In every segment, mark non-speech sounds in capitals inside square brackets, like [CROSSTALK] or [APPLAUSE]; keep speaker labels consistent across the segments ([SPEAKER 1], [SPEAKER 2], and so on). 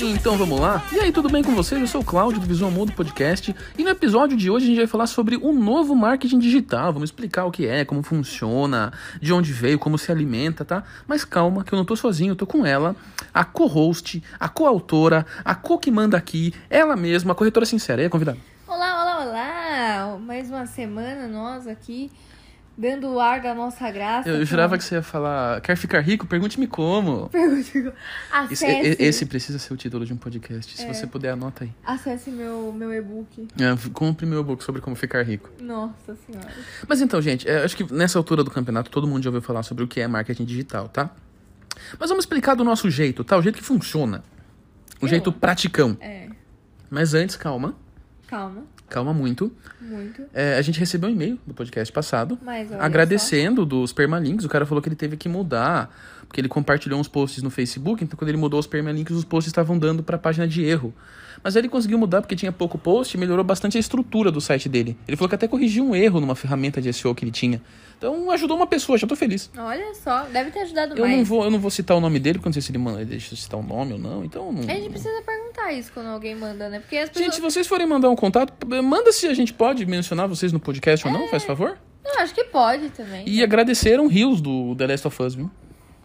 [SPEAKER 1] Então vamos lá? E aí, tudo bem com vocês? Eu sou o Cláudio do Visual Mundo Podcast e no episódio de hoje a gente vai falar sobre o novo marketing digital. Vamos explicar o que é, como funciona, de onde veio, como se alimenta, tá? Mas calma, que eu não tô sozinho, eu tô com ela, a co-host, a co-autora, a co que manda aqui, ela mesma, a corretora sincera. E aí, convidada?
[SPEAKER 2] Olá, olá, olá! Mais uma semana nós aqui, dando o ar da nossa graça.
[SPEAKER 1] Eu jurava que você ia falar, quer ficar rico? Pergunte-me como.
[SPEAKER 2] [LAUGHS] Pergunta.
[SPEAKER 1] Esse,
[SPEAKER 2] Acesse,
[SPEAKER 1] e- esse precisa ser o título de um podcast. Se você puder, anota aí.
[SPEAKER 2] acesse meu, meu e-book.
[SPEAKER 1] É, compre meu book sobre como ficar rico.
[SPEAKER 2] Nossa senhora.
[SPEAKER 1] Mas então, gente, é, acho que nessa altura do campeonato todo mundo já ouviu falar sobre o que é marketing digital, tá? Mas vamos explicar do nosso jeito, tá? O jeito que funciona. O
[SPEAKER 2] Eu
[SPEAKER 1] jeito
[SPEAKER 2] amo.
[SPEAKER 1] praticão.
[SPEAKER 2] É,
[SPEAKER 1] Mas antes, calma.
[SPEAKER 2] calma,
[SPEAKER 1] Calma muito.
[SPEAKER 2] muito.
[SPEAKER 1] É, a gente recebeu um e-mail do podcast passado.
[SPEAKER 2] Mas olha
[SPEAKER 1] Agradecendo dos permalinks, o cara falou que ele teve que mudar, porque ele compartilhou uns posts no Facebook, então quando ele mudou os permalinks, os posts estavam dando pra página de erro. Mas aí ele conseguiu mudar porque tinha pouco post e melhorou bastante a estrutura do site dele. Ele falou que até corrigiu um erro numa ferramenta de SEO que ele tinha. Então ajudou uma pessoa, já tô feliz.
[SPEAKER 2] Só. Olha só, deve ter ajudado
[SPEAKER 1] Eu
[SPEAKER 2] mais.
[SPEAKER 1] não vou, eu não vou citar o nome dele, porque eu não sei se ele, manda, ele deixa eu citar o nome ou não, então não.
[SPEAKER 2] A gente precisa perguntar isso quando alguém manda, né? Porque as pessoas.
[SPEAKER 1] Gente, se vocês forem mandar um contato, manda se a gente pode mencionar vocês no podcast ou não, faz favor.
[SPEAKER 2] Eu acho que pode também.
[SPEAKER 1] E agradeceram rios do The Last of Us, viu?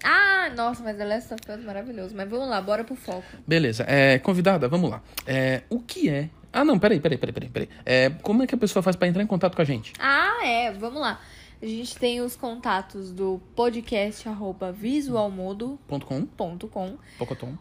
[SPEAKER 2] Ah, nossa, mas The Last of Us é maravilhoso. Mas vamos lá, bora pro foco.
[SPEAKER 1] Beleza. É, convidada, vamos lá. É, o que é. Ah, não, peraí, peraí, peraí, peraí. peraí. É, como é que a pessoa faz pra entrar em contato com a gente?
[SPEAKER 2] Ah, é, vamos lá. A gente tem os contatos do podcast arroba visualmudo.com
[SPEAKER 1] Ponto .com, Pocotom.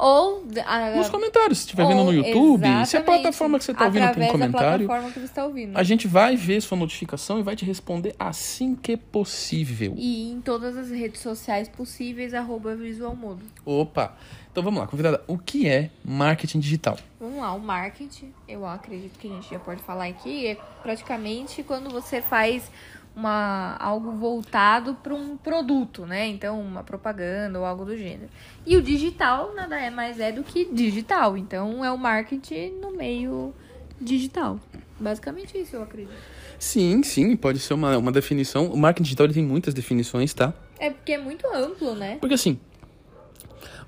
[SPEAKER 2] ou a,
[SPEAKER 1] Nos comentários, se estiver tá vendo no
[SPEAKER 2] ou-
[SPEAKER 1] YouTube, se é a
[SPEAKER 2] Oh, exatamente,
[SPEAKER 1] plataforma que você tá ouvindo tem um
[SPEAKER 2] através da
[SPEAKER 1] comentário.
[SPEAKER 2] plataforma que você está ouvindo.
[SPEAKER 1] A gente vai ver sua notificação e vai te responder assim que possível.
[SPEAKER 2] E em todas as redes sociais possíveis, arroba visualmudo.
[SPEAKER 1] Opa! Então vamos lá, convidada. O que é marketing digital?
[SPEAKER 2] Vamos lá, o marketing, eu acredito que a gente já pode falar aqui, é praticamente quando você faz uma, algo voltado para um produto, né? Então, uma propaganda ou algo do gênero. E o digital nada é mais é do que digital. Então, é o marketing no meio digital. Basicamente isso, eu acredito.
[SPEAKER 1] Sim, sim, pode ser uma, uma definição. O marketing digital ele tem muitas definições, tá?
[SPEAKER 2] É porque é muito amplo, né?
[SPEAKER 1] Porque assim,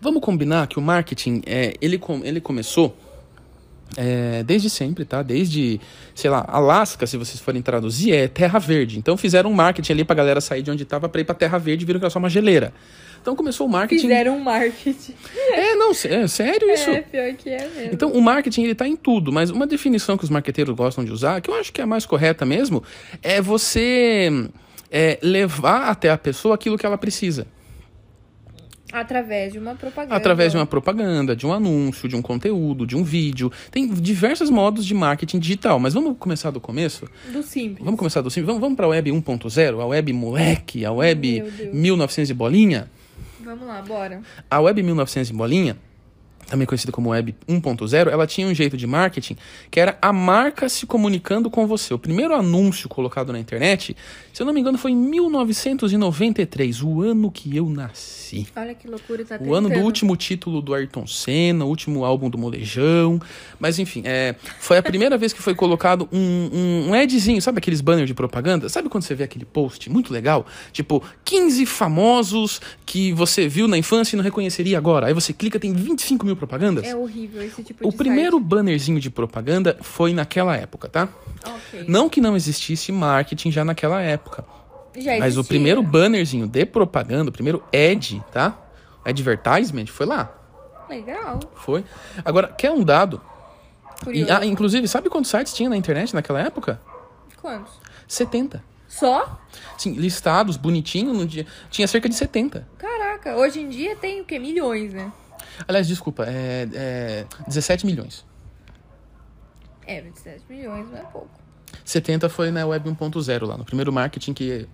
[SPEAKER 1] vamos combinar que o marketing, é, ele, com- ele começou é, desde sempre, tá? Desde, sei lá, Alasca, se vocês forem traduzir, é Terra Verde. Então fizeram um marketing ali pra galera sair de onde tava pra ir pra Terra Verde e viram que era só uma geleira. Então começou o marketing...
[SPEAKER 2] Fizeram um marketing.
[SPEAKER 1] É, não, sé- é sério [LAUGHS] isso?
[SPEAKER 2] É, pior que é mesmo.
[SPEAKER 1] Então, o marketing ele tá em tudo, mas uma definição que os marqueteiros gostam de usar, que eu acho que é a mais correta mesmo, é você é, levar até a pessoa aquilo que ela precisa.
[SPEAKER 2] Através de uma propaganda.
[SPEAKER 1] É, Através de uma propaganda, de um anúncio, de um conteúdo, de um vídeo. Tem diversos modos de marketing digital, mas vamos começar do começo?
[SPEAKER 2] Do simples.
[SPEAKER 1] Vamos começar do simples? Vamos, vamos para a web 1.0, a web moleque, a web
[SPEAKER 2] Meu Deus.
[SPEAKER 1] 1900 e bolinha?
[SPEAKER 2] Vamos lá, bora.
[SPEAKER 1] A web 1900 e bolinha, também conhecida como web 1.0, ela tinha um jeito de marketing que era a marca se comunicando com você. O primeiro anúncio colocado na internet, se eu não me engano, foi em 1993, o ano que eu nasci.
[SPEAKER 2] Olha que loucura, tá
[SPEAKER 1] O ano do
[SPEAKER 2] tentando.
[SPEAKER 1] último título do Ayrton Senna, o último álbum do Molejão. Mas enfim, é, foi a primeira vez que foi colocado um, um, um adzinho, sabe aqueles banners de propaganda? Sabe quando você vê aquele post muito legal? Tipo, 15 famosos que você viu na infância e não reconheceria agora. Aí você clica, tem 25 mil propagandas.
[SPEAKER 2] É horrível esse tipo
[SPEAKER 1] o
[SPEAKER 2] de
[SPEAKER 1] primeiro bannerzinho de propaganda foi naquela época, tá?
[SPEAKER 2] site. Ah, Ok.
[SPEAKER 1] Não que não existisse marketing já naquela época.
[SPEAKER 2] Já
[SPEAKER 1] Mas o
[SPEAKER 2] É existia.
[SPEAKER 1] primeiro bannerzinho de propaganda, o primeiro ad, tá? Advertisement, foi lá.
[SPEAKER 2] Legal.
[SPEAKER 1] Foi. Agora, quer um dado? E,
[SPEAKER 2] Curioso.
[SPEAKER 1] ah, inclusive, sabe quantos sites tinha na internet naquela época?
[SPEAKER 2] Quantos?
[SPEAKER 1] 70.
[SPEAKER 2] Só?
[SPEAKER 1] Sim, listados, bonitinho, no dia. Tinha cerca de 70.
[SPEAKER 2] Caraca, hoje em dia tem o quê? Milhões, né?
[SPEAKER 1] Aliás, desculpa, é, é 17 milhões.
[SPEAKER 2] É, 27 milhões não é pouco.
[SPEAKER 1] 70 foi na Web 1.0 lá, no primeiro marketing que.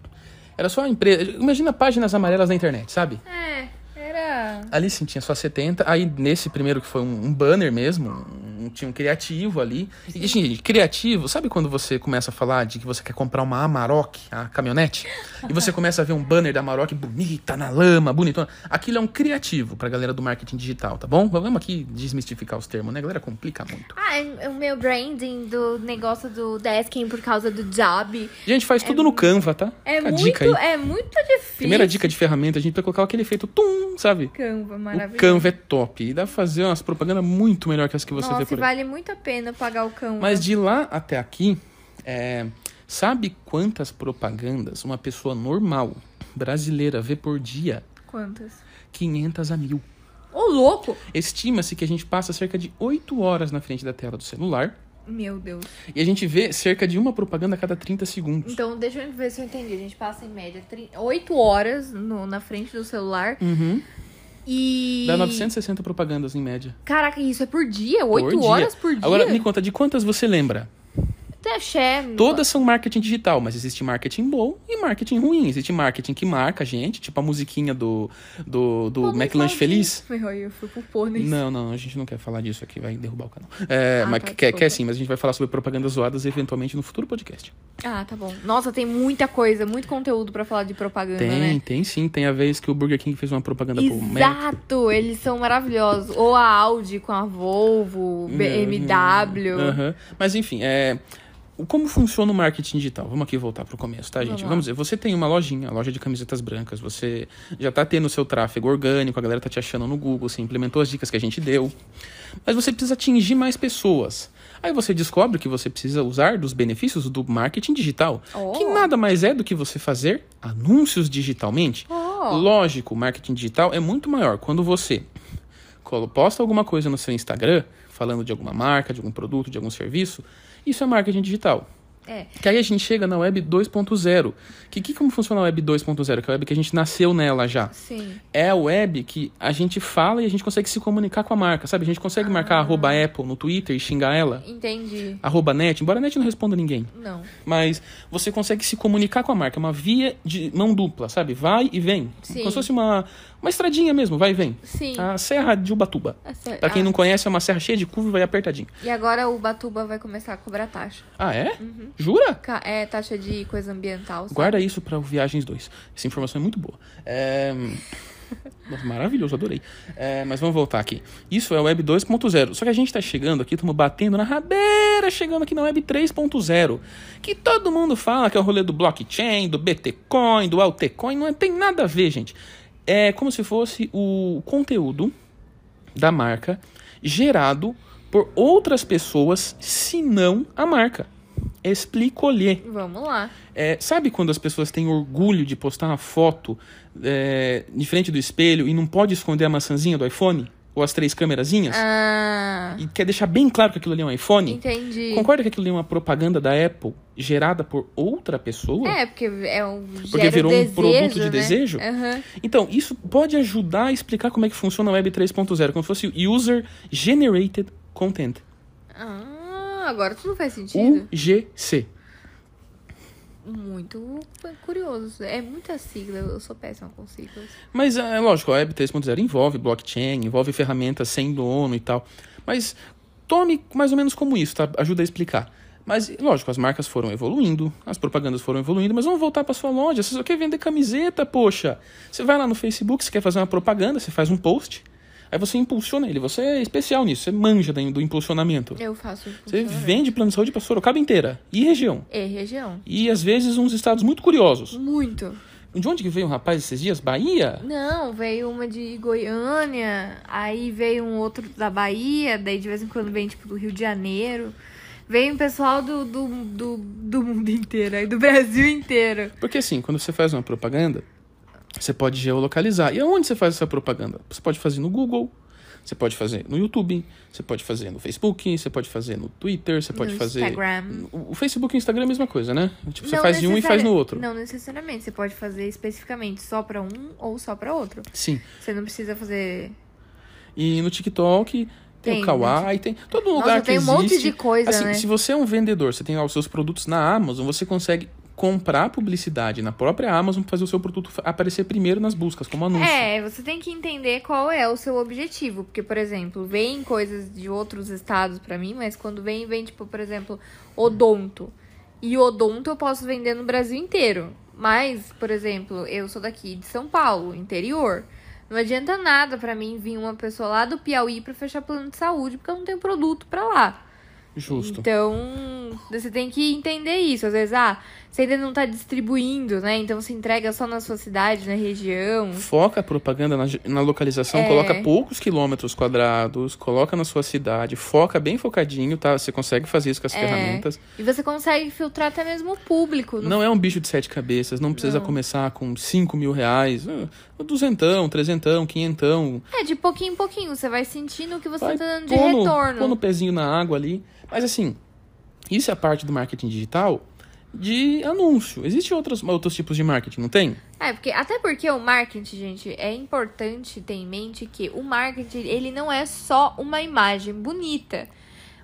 [SPEAKER 1] Era só a empresa. Imagina páginas amarelas na internet, sabe?
[SPEAKER 2] É, era.
[SPEAKER 1] Ali sim tinha só 70. Aí nesse primeiro que foi um, um banner mesmo, um um time criativo ali. E, assim, gente, criativo, sabe quando você começa a falar de que você quer comprar uma Amarok, a caminhonete? E você começa a ver um banner da Amarok bonita, na lama, bonitona. Aquilo é um criativo pra galera do marketing digital, tá bom? Vamos aqui desmistificar os termos, né? A galera complica muito.
[SPEAKER 3] Ah, o meu branding do negócio do Deskin por causa do job.
[SPEAKER 1] Gente, faz tudo no Canva, tá?
[SPEAKER 2] É
[SPEAKER 1] Fica a
[SPEAKER 2] muito,
[SPEAKER 1] dica aí.
[SPEAKER 2] é muito difícil.
[SPEAKER 1] Primeira dica de ferramenta, a gente vai colocar aquele efeito tum, sabe?
[SPEAKER 2] Canva,
[SPEAKER 1] O
[SPEAKER 2] maravilhoso.
[SPEAKER 1] Canva é top. E dá pra fazer umas propagandas muito melhor que as que você
[SPEAKER 2] Nossa,
[SPEAKER 1] vê
[SPEAKER 2] e
[SPEAKER 1] por aí.
[SPEAKER 2] vale muito a pena pagar o Canva.
[SPEAKER 1] Mas de lá até aqui, é, sabe quantas propagandas uma pessoa normal brasileira vê por dia?
[SPEAKER 2] Quantas?
[SPEAKER 1] 500 a mil.
[SPEAKER 2] Ô, louco!
[SPEAKER 1] Estima-se que a gente passa cerca de 8 horas na frente da tela do celular
[SPEAKER 2] Meu Deus.
[SPEAKER 1] e a gente vê cerca de uma propaganda a cada 30 segundos.
[SPEAKER 2] Então, deixa eu ver se eu entendi. A gente passa em média 8 horas no- na frente do celular
[SPEAKER 1] Uhum.
[SPEAKER 2] e.
[SPEAKER 1] Dá 960 propagandas em média.
[SPEAKER 2] Caraca, isso é por dia?
[SPEAKER 1] Por
[SPEAKER 2] 8
[SPEAKER 1] dia.
[SPEAKER 2] horas por dia?
[SPEAKER 1] Agora me conta de quantas você lembra.
[SPEAKER 2] Até chefe.
[SPEAKER 1] Todas são marketing digital, mas existe marketing bom e marketing ruim. Existe marketing que marca a gente, tipo a musiquinha do, do, do McLanche Feliz.
[SPEAKER 2] Meu, eu fui pro pônei.
[SPEAKER 1] Não, não, a gente não quer falar disso aqui, vai derrubar o canal. É,
[SPEAKER 2] Ah,
[SPEAKER 1] mas
[SPEAKER 2] tá,
[SPEAKER 1] quer,
[SPEAKER 2] desculpa.
[SPEAKER 1] quer sim, mas a gente vai falar sobre propagandas zoadas eventualmente no futuro podcast.
[SPEAKER 2] Ah, tá bom. Nossa, tem muita coisa, muito conteúdo pra falar de propaganda,
[SPEAKER 1] tem,
[SPEAKER 2] né?
[SPEAKER 1] tem sim. Tem a vez que o Burger King fez uma propaganda pro Mac.
[SPEAKER 2] Exato, eles são maravilhosos. Ou a Audi com a Volvo, BMW.
[SPEAKER 1] Uhum. Aham. Mas enfim, é. o- Como funciona o marketing digital? Vamos aqui voltar pro começo, tá, gente?
[SPEAKER 2] Vamos
[SPEAKER 1] Vamos, dizer,
[SPEAKER 2] lá.
[SPEAKER 1] você tem uma lojinha, loja de camisetas brancas, você já tá tendo o seu tráfego orgânico, a galera tá te achando no Google, você implementou as dicas que a gente deu. Mas você precisa atingir mais pessoas. Aí você descobre que você precisa usar dos benefícios do marketing digital,
[SPEAKER 2] Oh.
[SPEAKER 1] que nada mais é do que você fazer anúncios digitalmente.
[SPEAKER 2] Oh.
[SPEAKER 1] Lógico, o marketing digital é muito maior. Quando você colo- posta alguma coisa no seu Instagram, falando de alguma marca, de algum produto, de algum serviço, isso é marketing digital.
[SPEAKER 2] É.
[SPEAKER 1] Que aí a gente chega na web 2.0. Que, que como funciona a web 2.0? Que é a web que a gente nasceu nela já.
[SPEAKER 2] Sim.
[SPEAKER 1] É a web que a gente fala e a gente consegue se comunicar com a marca, sabe? A gente consegue marcar arroba Apple no Twitter e xingar ela.
[SPEAKER 2] Entendi.
[SPEAKER 1] Arroba net, embora a net não responda ninguém.
[SPEAKER 2] Não.
[SPEAKER 1] Mas você consegue se comunicar com a marca. É uma via de mão dupla, sabe? Vai e vem.
[SPEAKER 2] Sim.
[SPEAKER 1] Como se fosse uma, uma estradinha mesmo, vai e vem.
[SPEAKER 2] Sim.
[SPEAKER 1] A Serra de Ubatuba.
[SPEAKER 2] Essa-
[SPEAKER 1] Pra quem
[SPEAKER 2] ah,
[SPEAKER 1] não conhece, é uma serra cheia de curva e vai apertadinho.
[SPEAKER 2] E agora o Batuba vai começar a cobrar taxa.
[SPEAKER 1] Ah, é? Jura?
[SPEAKER 2] Ca- É taxa de coisa ambiental. sabe?
[SPEAKER 1] Guarda isso pra o Viagens 2. Essa informação é muito boa. É... [LAUGHS] Nossa, maravilhoso, adorei. É, mas vamos voltar aqui. Isso é a Web 2.0. Só que a gente tá chegando aqui, estamos batendo na rabeira, chegando aqui na Web 3.0. Que todo mundo fala que é o rolê do blockchain, do BTcoin, do Altcoin. Não é- tem nada a ver, gente. É como se fosse o conteúdo da marca gerado por outras pessoas, se não a marca. Explico-lhe.
[SPEAKER 2] Vamos lá.
[SPEAKER 1] É, sabe quando as pessoas têm orgulho de postar uma foto é, em frente do espelho e não pode esconder a maçãzinha do iPhone? Ou as três câmerazinhas?
[SPEAKER 2] Ah,
[SPEAKER 1] E quer deixar bem claro que aquilo ali é um iPhone?
[SPEAKER 2] entendi.
[SPEAKER 1] Concorda que aquilo ali é uma propaganda da Apple gerada por outra pessoa?
[SPEAKER 2] É, porque é um
[SPEAKER 1] Porque
[SPEAKER 2] gera o
[SPEAKER 1] virou um
[SPEAKER 2] desejo,
[SPEAKER 1] produto de
[SPEAKER 2] né?
[SPEAKER 1] desejo?
[SPEAKER 2] Aham.
[SPEAKER 1] Então, isso pode ajudar a explicar como é que funciona a Web 3.0, como se fosse User Generated Content.
[SPEAKER 2] Ah, agora tudo faz sentido.
[SPEAKER 1] UGC.
[SPEAKER 2] Muito curioso. É muita sigla. Eu sou péssima com siglas.
[SPEAKER 1] Mas é lógico, a Web 3.0 envolve blockchain, envolve ferramentas sem dono e tal. Mas tome mais ou menos como isso, tá? Ajuda a explicar. Mas, lógico, as marcas foram evoluindo, as propagandas foram evoluindo, mas vamos voltar para sua loja. Você só quer vender camiseta, poxa. Você vai lá no Facebook, você quer fazer uma propaganda, você faz um post, aí você impulsiona ele. Você é especial nisso, você manja da- do impulsionamento.
[SPEAKER 2] Eu faço. um isso com
[SPEAKER 1] Você
[SPEAKER 2] funcionário.
[SPEAKER 1] vende plano de saúde para Sorocaba inteira e região.
[SPEAKER 2] É, região.
[SPEAKER 1] E, às vezes, uns estados muito curiosos.
[SPEAKER 2] Muito.
[SPEAKER 1] De onde que veio um rapaz esses dias? Bahia?
[SPEAKER 2] Não, veio uma de Goiânia, aí veio um outro da Bahia, daí de vez em quando vem, tipo, do Rio de Janeiro. Vem o pessoal do, do, do, do mundo inteiro, aí do Brasil inteiro.
[SPEAKER 1] Porque assim, quando você faz uma propaganda, você pode geolocalizar. E aonde você faz essa propaganda? Você pode fazer no Google, você pode fazer no YouTube, você pode fazer no Facebook, você pode fazer no Twitter, você pode
[SPEAKER 2] no
[SPEAKER 1] fazer.
[SPEAKER 2] Instagram.
[SPEAKER 1] O o Facebook e o Instagram é a mesma coisa, né? Tipo, você
[SPEAKER 2] Não
[SPEAKER 1] faz de um e faz no
[SPEAKER 2] necessari-
[SPEAKER 1] outro.
[SPEAKER 2] Não necessariamente, você pode fazer especificamente só pra um ou só pra outro.
[SPEAKER 1] Sim.
[SPEAKER 2] Você não precisa fazer...
[SPEAKER 1] E no TikTok. Tem,
[SPEAKER 2] Tem,
[SPEAKER 1] o
[SPEAKER 2] né?
[SPEAKER 1] Kawaii, tem todo lugar
[SPEAKER 2] Nossa,
[SPEAKER 1] que
[SPEAKER 2] tem um
[SPEAKER 1] existe.
[SPEAKER 2] monte de coisa,
[SPEAKER 1] assim,
[SPEAKER 2] né?
[SPEAKER 1] se você é um vendedor, você tem lá os seus produtos na Amazon, você consegue comprar publicidade na própria Amazon para fazer o seu produto fa- aparecer primeiro nas buscas, como anúncio.
[SPEAKER 2] É, você tem que entender qual é o seu objetivo. Porque, por exemplo, vem coisas de outros estados pra mim, mas quando vem, vem, tipo, por exemplo, odonto. E odonto eu posso vender no Brasil inteiro. Mas, por exemplo, eu sou daqui de São Paulo, interior. Não adianta nada pra mim vir uma pessoa lá do Piauí pra fechar plano de saúde, porque eu não tenho produto pra lá.
[SPEAKER 1] Justo.
[SPEAKER 2] Então, você tem que entender isso. Às vezes, ah, você ainda não tá distribuindo, né? Então você entrega só na sua cidade, na região.
[SPEAKER 1] Foca a propaganda na, ge- na localização,
[SPEAKER 2] É.
[SPEAKER 1] coloca poucos quilômetros quadrados, coloca na sua cidade, foca bem focadinho, tá? Você consegue fazer isso com as
[SPEAKER 2] É.
[SPEAKER 1] ferramentas.
[SPEAKER 2] E você consegue filtrar até mesmo o público.
[SPEAKER 1] Não é um bicho de sete cabeças, não precisa começar com cinco mil reais, ah, duzentão, trezentão, quinhentão.
[SPEAKER 2] É, de pouquinho em pouquinho. Você vai sentindo o que você
[SPEAKER 1] Vai
[SPEAKER 2] tá dando de
[SPEAKER 1] pôr no-
[SPEAKER 2] retorno.
[SPEAKER 1] pôr no pezinho na água ali. Mas assim, isso é a parte do marketing digital de anúncio. Existem outros, outros tipos de marketing, não tem?
[SPEAKER 2] É, porque, até porque o marketing, gente, é importante ter em mente que o marketing, ele não é só uma imagem bonita.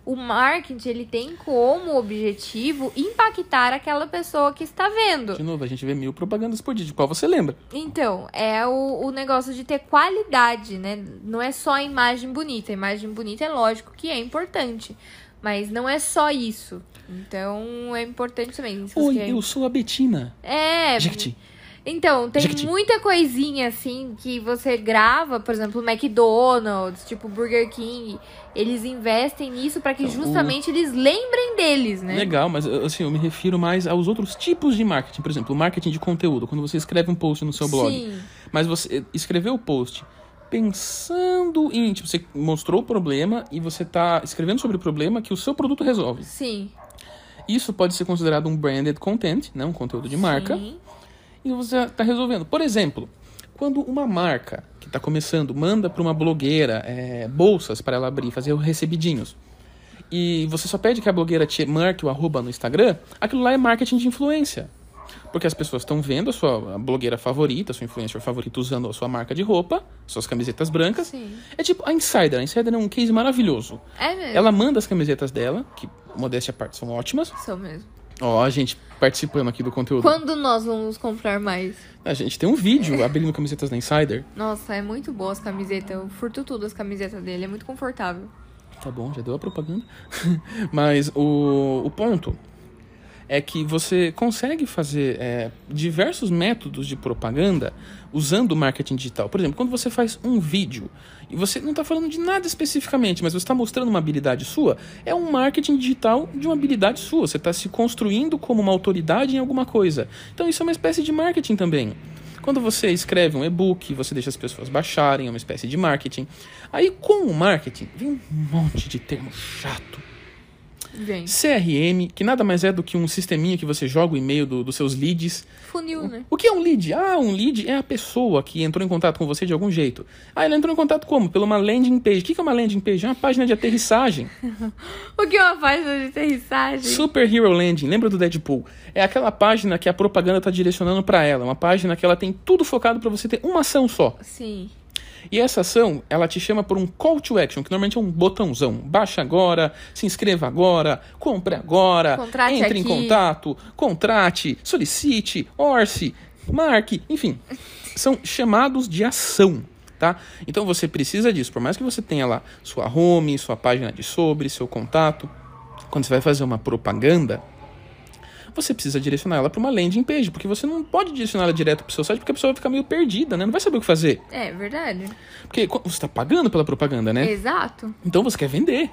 [SPEAKER 2] O marketing, ele tem como objetivo impactar aquela pessoa que está vendo.
[SPEAKER 1] De novo, a gente vê mil propagandas por dia, de qual você lembra.
[SPEAKER 2] Então, é o, o negócio de ter qualidade, né? Não é só a imagem bonita. A imagem bonita é lógico que é importante. Mas não é só isso. Então, é importante também. se
[SPEAKER 1] Oi,
[SPEAKER 2] você-
[SPEAKER 1] eu sou a Betina.
[SPEAKER 2] É.
[SPEAKER 1] Gente,
[SPEAKER 2] Então, tem
[SPEAKER 1] Jequiti.
[SPEAKER 2] muita coisinha assim que você grava, por exemplo, o McDonald's, tipo Burger King. Eles investem nisso pra que
[SPEAKER 1] Então, o-
[SPEAKER 2] justamente eles lembrem deles, né?
[SPEAKER 1] legal, mas assim, eu me refiro mais aos outros tipos de marketing. Por exemplo, o marketing de conteúdo, quando você escreve um post no seu blog.
[SPEAKER 2] Sim.
[SPEAKER 1] Mas você escreveu o post pensando em, tipo, você mostrou o problema e você tá escrevendo sobre o problema que o seu produto resolve.
[SPEAKER 2] Sim.
[SPEAKER 1] Isso pode ser considerado um branded content, né, um conteúdo de marca,
[SPEAKER 2] Sim.
[SPEAKER 1] e você tá resolvendo. Por exemplo, quando uma marca que está começando manda para uma blogueira é, bolsas para ela abrir, fazer os recebidinhos, e você só pede que a blogueira te marque o arroba no Instagram, aquilo lá é marketing de influência. Porque as pessoas estão vendo a sua blogueira favorita, a sua influencer favorita usando a sua marca de roupa, suas camisetas brancas.
[SPEAKER 2] Sim.
[SPEAKER 1] É tipo a Insider. A Insider é um case maravilhoso.
[SPEAKER 2] É mesmo.
[SPEAKER 1] Ela manda as camisetas dela, que modéstia à parte são ótimas.
[SPEAKER 2] Sou mesmo.
[SPEAKER 1] Ó, a gente participando aqui do conteúdo.
[SPEAKER 2] Quando nós vamos comprar mais?
[SPEAKER 1] A gente tem um vídeo abrindo camisetas da Insider.
[SPEAKER 2] Nossa, é muito boa as camisetas. Eu furto tudo as camisetas dele, é muito confortável.
[SPEAKER 1] Tá bom, já deu a propaganda. [LAUGHS] Mas o, o ponto é que você consegue fazer é, diversos métodos de propaganda usando o marketing digital. Por exemplo, quando você faz um vídeo e você não está falando de nada especificamente, mas você está mostrando uma habilidade sua, é um marketing digital de uma habilidade sua. Você está se construindo como uma autoridade em alguma coisa. Então isso é uma espécie de marketing também. Quando você escreve um e-book, você deixa as pessoas baixarem, é uma espécie de marketing. Aí com o marketing vem um monte de termo chato.
[SPEAKER 2] Gente,
[SPEAKER 1] CRM, que nada mais é do que um sisteminha que você joga o e-mail do- dos seus leads.
[SPEAKER 2] funil, né?
[SPEAKER 1] O que é um lead? Ah, um lead é a pessoa que entrou em contato com você de algum jeito. Ah, ela entrou em contato como? Pela uma landing page. O que que é uma landing page? É uma página de aterrissagem.
[SPEAKER 2] O que uma página de aterrissagem?
[SPEAKER 1] Super Hero Landing, lembra do Deadpool? É aquela página que a propaganda tá direcionando pra ela. Uma página que ela tem tudo focado pra você ter uma ação só.
[SPEAKER 2] Sim.
[SPEAKER 1] E essa ação, ela te chama por um call to action, que normalmente é um botãozão. Baixa agora, se inscreva agora, compre agora,
[SPEAKER 2] Contrate
[SPEAKER 1] entre em
[SPEAKER 2] aqui.
[SPEAKER 1] contato, contrate, solicite, orce, marque, enfim. São chamados de ação, tá? Então você precisa disso, por mais que você tenha lá sua home, sua página de sobre, seu contato. Quando você vai fazer uma propaganda, você precisa direcionar ela para uma landing page, porque você não pode direcionar ela direto para o seu site, porque a pessoa vai ficar meio perdida, né? Não vai saber o que fazer.
[SPEAKER 2] É verdade.
[SPEAKER 1] Porque co- você tá pagando pela propaganda, né?
[SPEAKER 2] Exato.
[SPEAKER 1] Então você quer vender.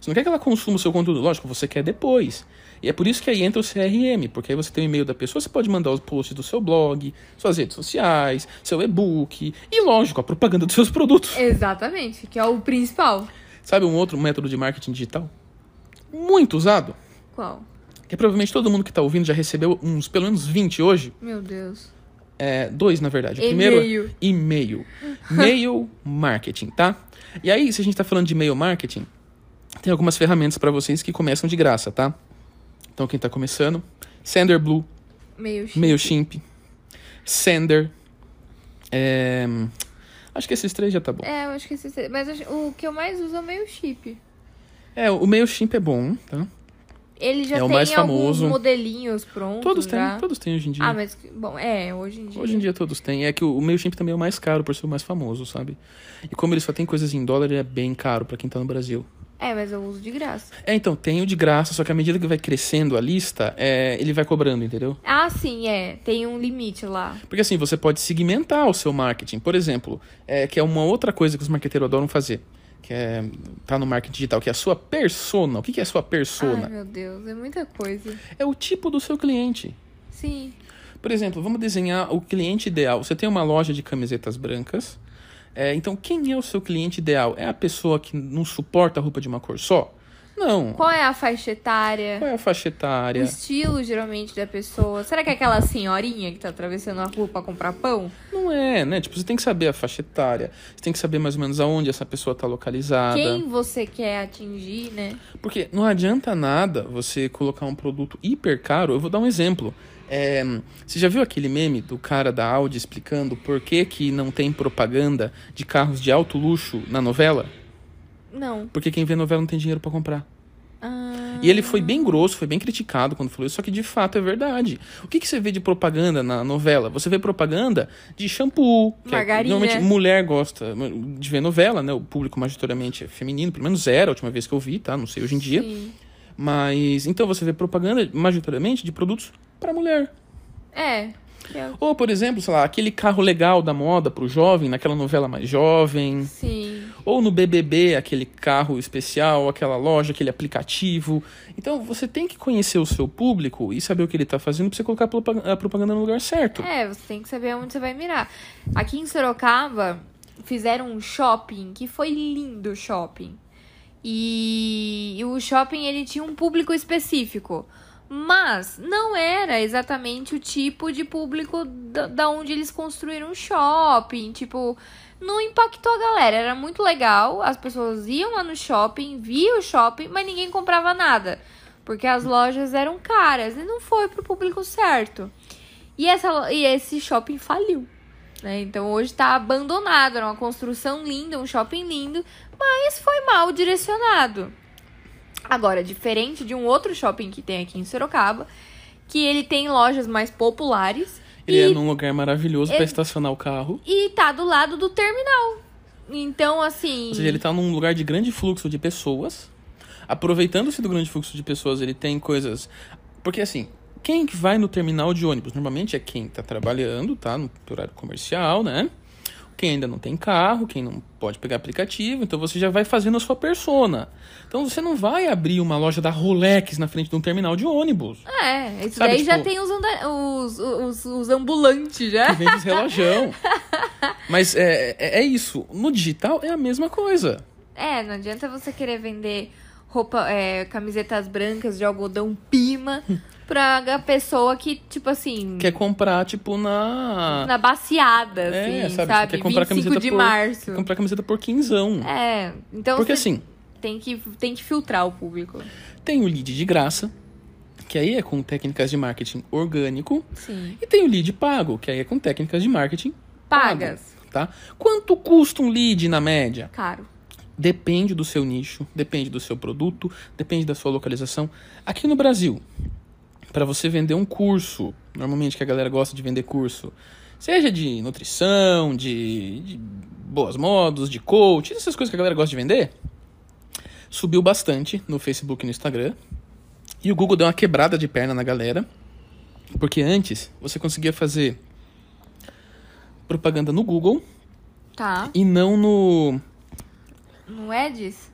[SPEAKER 1] Você não quer que ela consuma o seu conteúdo, lógico, você quer depois. E é por isso que aí entra o CRM, porque aí você tem o e-mail da pessoa, você pode mandar os posts do seu blog, suas redes sociais, seu e-book e, lógico, a propaganda dos seus produtos.
[SPEAKER 2] Exatamente, que é o principal.
[SPEAKER 1] Sabe um outro método de marketing digital? Muito usado,
[SPEAKER 2] Qual?
[SPEAKER 1] que provavelmente todo mundo que tá ouvindo já recebeu uns pelo menos 20 hoje.
[SPEAKER 2] Meu Deus.
[SPEAKER 1] É, dois, na verdade. O primeiro é-
[SPEAKER 2] E-mail.
[SPEAKER 1] e-mail. Mail marketing, tá? E aí, se a gente tá falando de e-mail marketing, tem algumas ferramentas para vocês que começam de graça, tá? Então, quem tá começando, Sender Blue,
[SPEAKER 2] Meio chique.
[SPEAKER 1] MailChimp, Sender, é, acho que esses três já tá bom.
[SPEAKER 2] É, eu acho que esse. Mas eu acho- o que eu mais uso é o meio chip.
[SPEAKER 1] É, o MailChimp é bom, tá?
[SPEAKER 2] ele já
[SPEAKER 1] É o
[SPEAKER 2] tem
[SPEAKER 1] mais
[SPEAKER 2] alguns
[SPEAKER 1] famoso.
[SPEAKER 2] modelinhos prontos.
[SPEAKER 1] Todos
[SPEAKER 2] já.
[SPEAKER 1] têm, todos têm hoje em dia.
[SPEAKER 2] Ah, mas. Bom, é, hoje em dia.
[SPEAKER 1] Hoje em dia todos têm. É que o o MailChimp também é o mais caro por ser o mais famoso, sabe? E como ele só tem coisas em dólar, ele é bem caro pra quem tá no Brasil.
[SPEAKER 2] É, mas eu uso de graça.
[SPEAKER 1] É, então, tem o de graça, só que à medida que vai crescendo a lista, é, ele vai cobrando, entendeu?
[SPEAKER 2] Ah, sim, é. Tem um limite lá.
[SPEAKER 1] Porque assim, você pode segmentar o seu marketing. Por exemplo, é, que é uma outra coisa que os marqueteiros adoram fazer. Que é, tá no marketing digital, que é a sua persona. O que que é a sua
[SPEAKER 2] Ai,
[SPEAKER 1] persona?
[SPEAKER 2] meu Deus, é muita coisa.
[SPEAKER 1] É o tipo do seu cliente.
[SPEAKER 2] Sim.
[SPEAKER 1] Por exemplo, vamos desenhar o cliente ideal. Você tem uma loja de camisetas brancas. É, então, quem é o seu cliente ideal? É a pessoa que não suporta a roupa de uma cor só? Não.
[SPEAKER 2] Qual é a faixa etária?
[SPEAKER 1] Qual é a faixa
[SPEAKER 2] O
[SPEAKER 1] etária?
[SPEAKER 2] estilo, geralmente, da pessoa. Será que é aquela senhorinha que tá atravessando a rua pra comprar pão?
[SPEAKER 1] Não é, né? Tipo, você tem que saber a faixa etária. Você tem que saber mais ou menos aonde essa pessoa está localizada.
[SPEAKER 2] Quem você quer atingir, né?
[SPEAKER 1] Porque não adianta nada você colocar um produto hiper caro. Eu vou dar um exemplo. É, você já viu aquele meme do cara da Audi explicando por que, que não tem propaganda de carros de alto luxo na novela?
[SPEAKER 2] Não.
[SPEAKER 1] Porque quem vê novela não tem dinheiro pra comprar.
[SPEAKER 2] Ah,
[SPEAKER 1] E ele foi bem grosso, foi bem criticado quando falou isso, só que de fato é verdade. O que, que você vê de propaganda na novela? Você vê propaganda de shampoo. que é-
[SPEAKER 2] Margarina.
[SPEAKER 1] normalmente mulher gosta de ver novela, né? O público majoritariamente é feminino, pelo menos era a última vez que eu vi, tá? Não sei hoje em dia.
[SPEAKER 2] sim.
[SPEAKER 1] Mas então você vê propaganda majoritariamente de produtos pra mulher.
[SPEAKER 2] É. que é-
[SPEAKER 1] Ou, por exemplo, sei lá, aquele carro legal da moda pro jovem, naquela novela mais jovem.
[SPEAKER 2] Sim.
[SPEAKER 1] Ou no BBB, aquele carro especial, aquela loja, aquele aplicativo. Então você tem que conhecer o seu público e saber o que ele tá fazendo pra você colocar a propa- a propaganda no lugar certo.
[SPEAKER 2] É, você tem que saber onde você vai mirar. Aqui em Sorocaba, fizeram um shopping que foi lindo o shopping. E, e o shopping ele tinha um público específico. Mas não era exatamente o tipo de público da, da onde eles construíram o shopping. Tipo, não impactou a galera. Era muito legal. As pessoas iam lá no shopping, via o shopping, mas ninguém comprava nada. Porque as lojas eram caras e não foi pro público certo. E, essa, lo- e esse shopping faliu. Né? Então hoje tá abandonado. Era uma construção linda, um shopping lindo, mas foi mal direcionado. Agora, diferente de um outro shopping que tem aqui em Sorocaba, que ele tem lojas mais populares
[SPEAKER 1] Ele
[SPEAKER 2] e
[SPEAKER 1] é num lugar maravilhoso pra estacionar o carro.
[SPEAKER 2] e tá do lado do terminal. Então, assim.
[SPEAKER 1] Ou seja, ele tá num lugar de grande fluxo de pessoas. Aproveitando-se do grande fluxo de pessoas, ele tem coisas. Porque assim, quem que vai no terminal de ônibus? Normalmente é quem tá trabalhando, tá? No horário comercial, né? Quem ainda não tem carro, quem não pode pegar aplicativo, então você já vai fazendo a sua persona. Então você não vai abrir uma loja da Rolex na frente de um terminal de ônibus.
[SPEAKER 2] É, isso
[SPEAKER 1] Sabe,
[SPEAKER 2] daí já
[SPEAKER 1] tipo-
[SPEAKER 2] tem os, anda- os, os, os ambulantes né? já.
[SPEAKER 1] Que vende esse relojão. Mas é, é, é isso. No digital é a mesma coisa.
[SPEAKER 2] É, não adianta você querer vender roupa, é, camisetas brancas de algodão
[SPEAKER 1] [LAUGHS]
[SPEAKER 2] pima pra a pessoa que, tipo assim,
[SPEAKER 1] Quer comprar, tipo, na.
[SPEAKER 2] na baciada,
[SPEAKER 1] É,
[SPEAKER 2] assim,
[SPEAKER 1] sabe,
[SPEAKER 2] sabe?
[SPEAKER 1] você quer comprar
[SPEAKER 2] 25
[SPEAKER 1] camiseta
[SPEAKER 2] de
[SPEAKER 1] por-
[SPEAKER 2] março.
[SPEAKER 1] comprar camiseta por quinzão.
[SPEAKER 2] É, então
[SPEAKER 1] Porque
[SPEAKER 2] você
[SPEAKER 1] assim,
[SPEAKER 2] tem, que, tem que filtrar o público.
[SPEAKER 1] tem o lead de graça, que aí é com técnicas de marketing orgânico,
[SPEAKER 2] Sim.
[SPEAKER 1] e tem o lead pago, que aí é com técnicas de marketing,
[SPEAKER 2] Pagas.
[SPEAKER 1] tá? Quanto custa um lead na média?
[SPEAKER 2] Caro.
[SPEAKER 1] Depende do seu nicho, depende do seu produto, depende da sua localização. Aqui no Brasil, para você vender um curso, normalmente que a galera gosta de vender curso, seja de nutrição, de, de boas modos, de coach, essas coisas que a galera gosta de vender, subiu bastante no Facebook e no Instagram. E o Google deu uma quebrada de perna na galera, porque antes você conseguia fazer propaganda no Google
[SPEAKER 2] Tá.
[SPEAKER 1] e não no
[SPEAKER 2] Não é disso?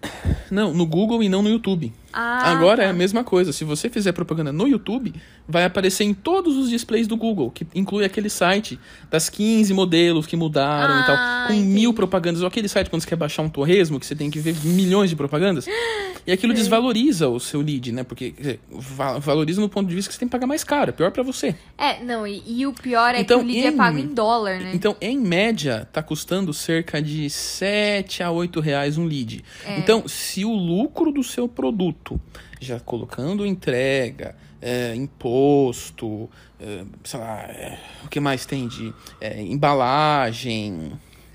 [SPEAKER 1] não, no Google e não no YouTube.
[SPEAKER 2] Ah,
[SPEAKER 1] Agora
[SPEAKER 2] tá.
[SPEAKER 1] é a mesma coisa. Se você fizer propaganda no YouTube, vai aparecer em todos os displays do Google, que inclui aquele site das 15 modelos que mudaram e
[SPEAKER 2] Ah,
[SPEAKER 1] tal, com
[SPEAKER 2] entendi.
[SPEAKER 1] mil propagandas. Ou aquele site quando você quer baixar um torresmo, que você tem que ver milhões de
[SPEAKER 2] [GASPS]
[SPEAKER 1] propagandas. E aquilo desvaloriza o seu lead, né? Porque quer dizer, va- valoriza no ponto de vista que você tem que pagar mais caro, é pior pra você.
[SPEAKER 2] É, não, e, e o pior é
[SPEAKER 1] Então,
[SPEAKER 2] que o
[SPEAKER 1] em-
[SPEAKER 2] lead é pago em dólar, né?
[SPEAKER 1] Então, em média, tá custando cerca de 7 a 8 reais um lead.
[SPEAKER 2] É.
[SPEAKER 1] Então, se o lucro do seu produto, já colocando entrega, é, imposto, é, sei lá, é, o que mais tem de é, embalagem,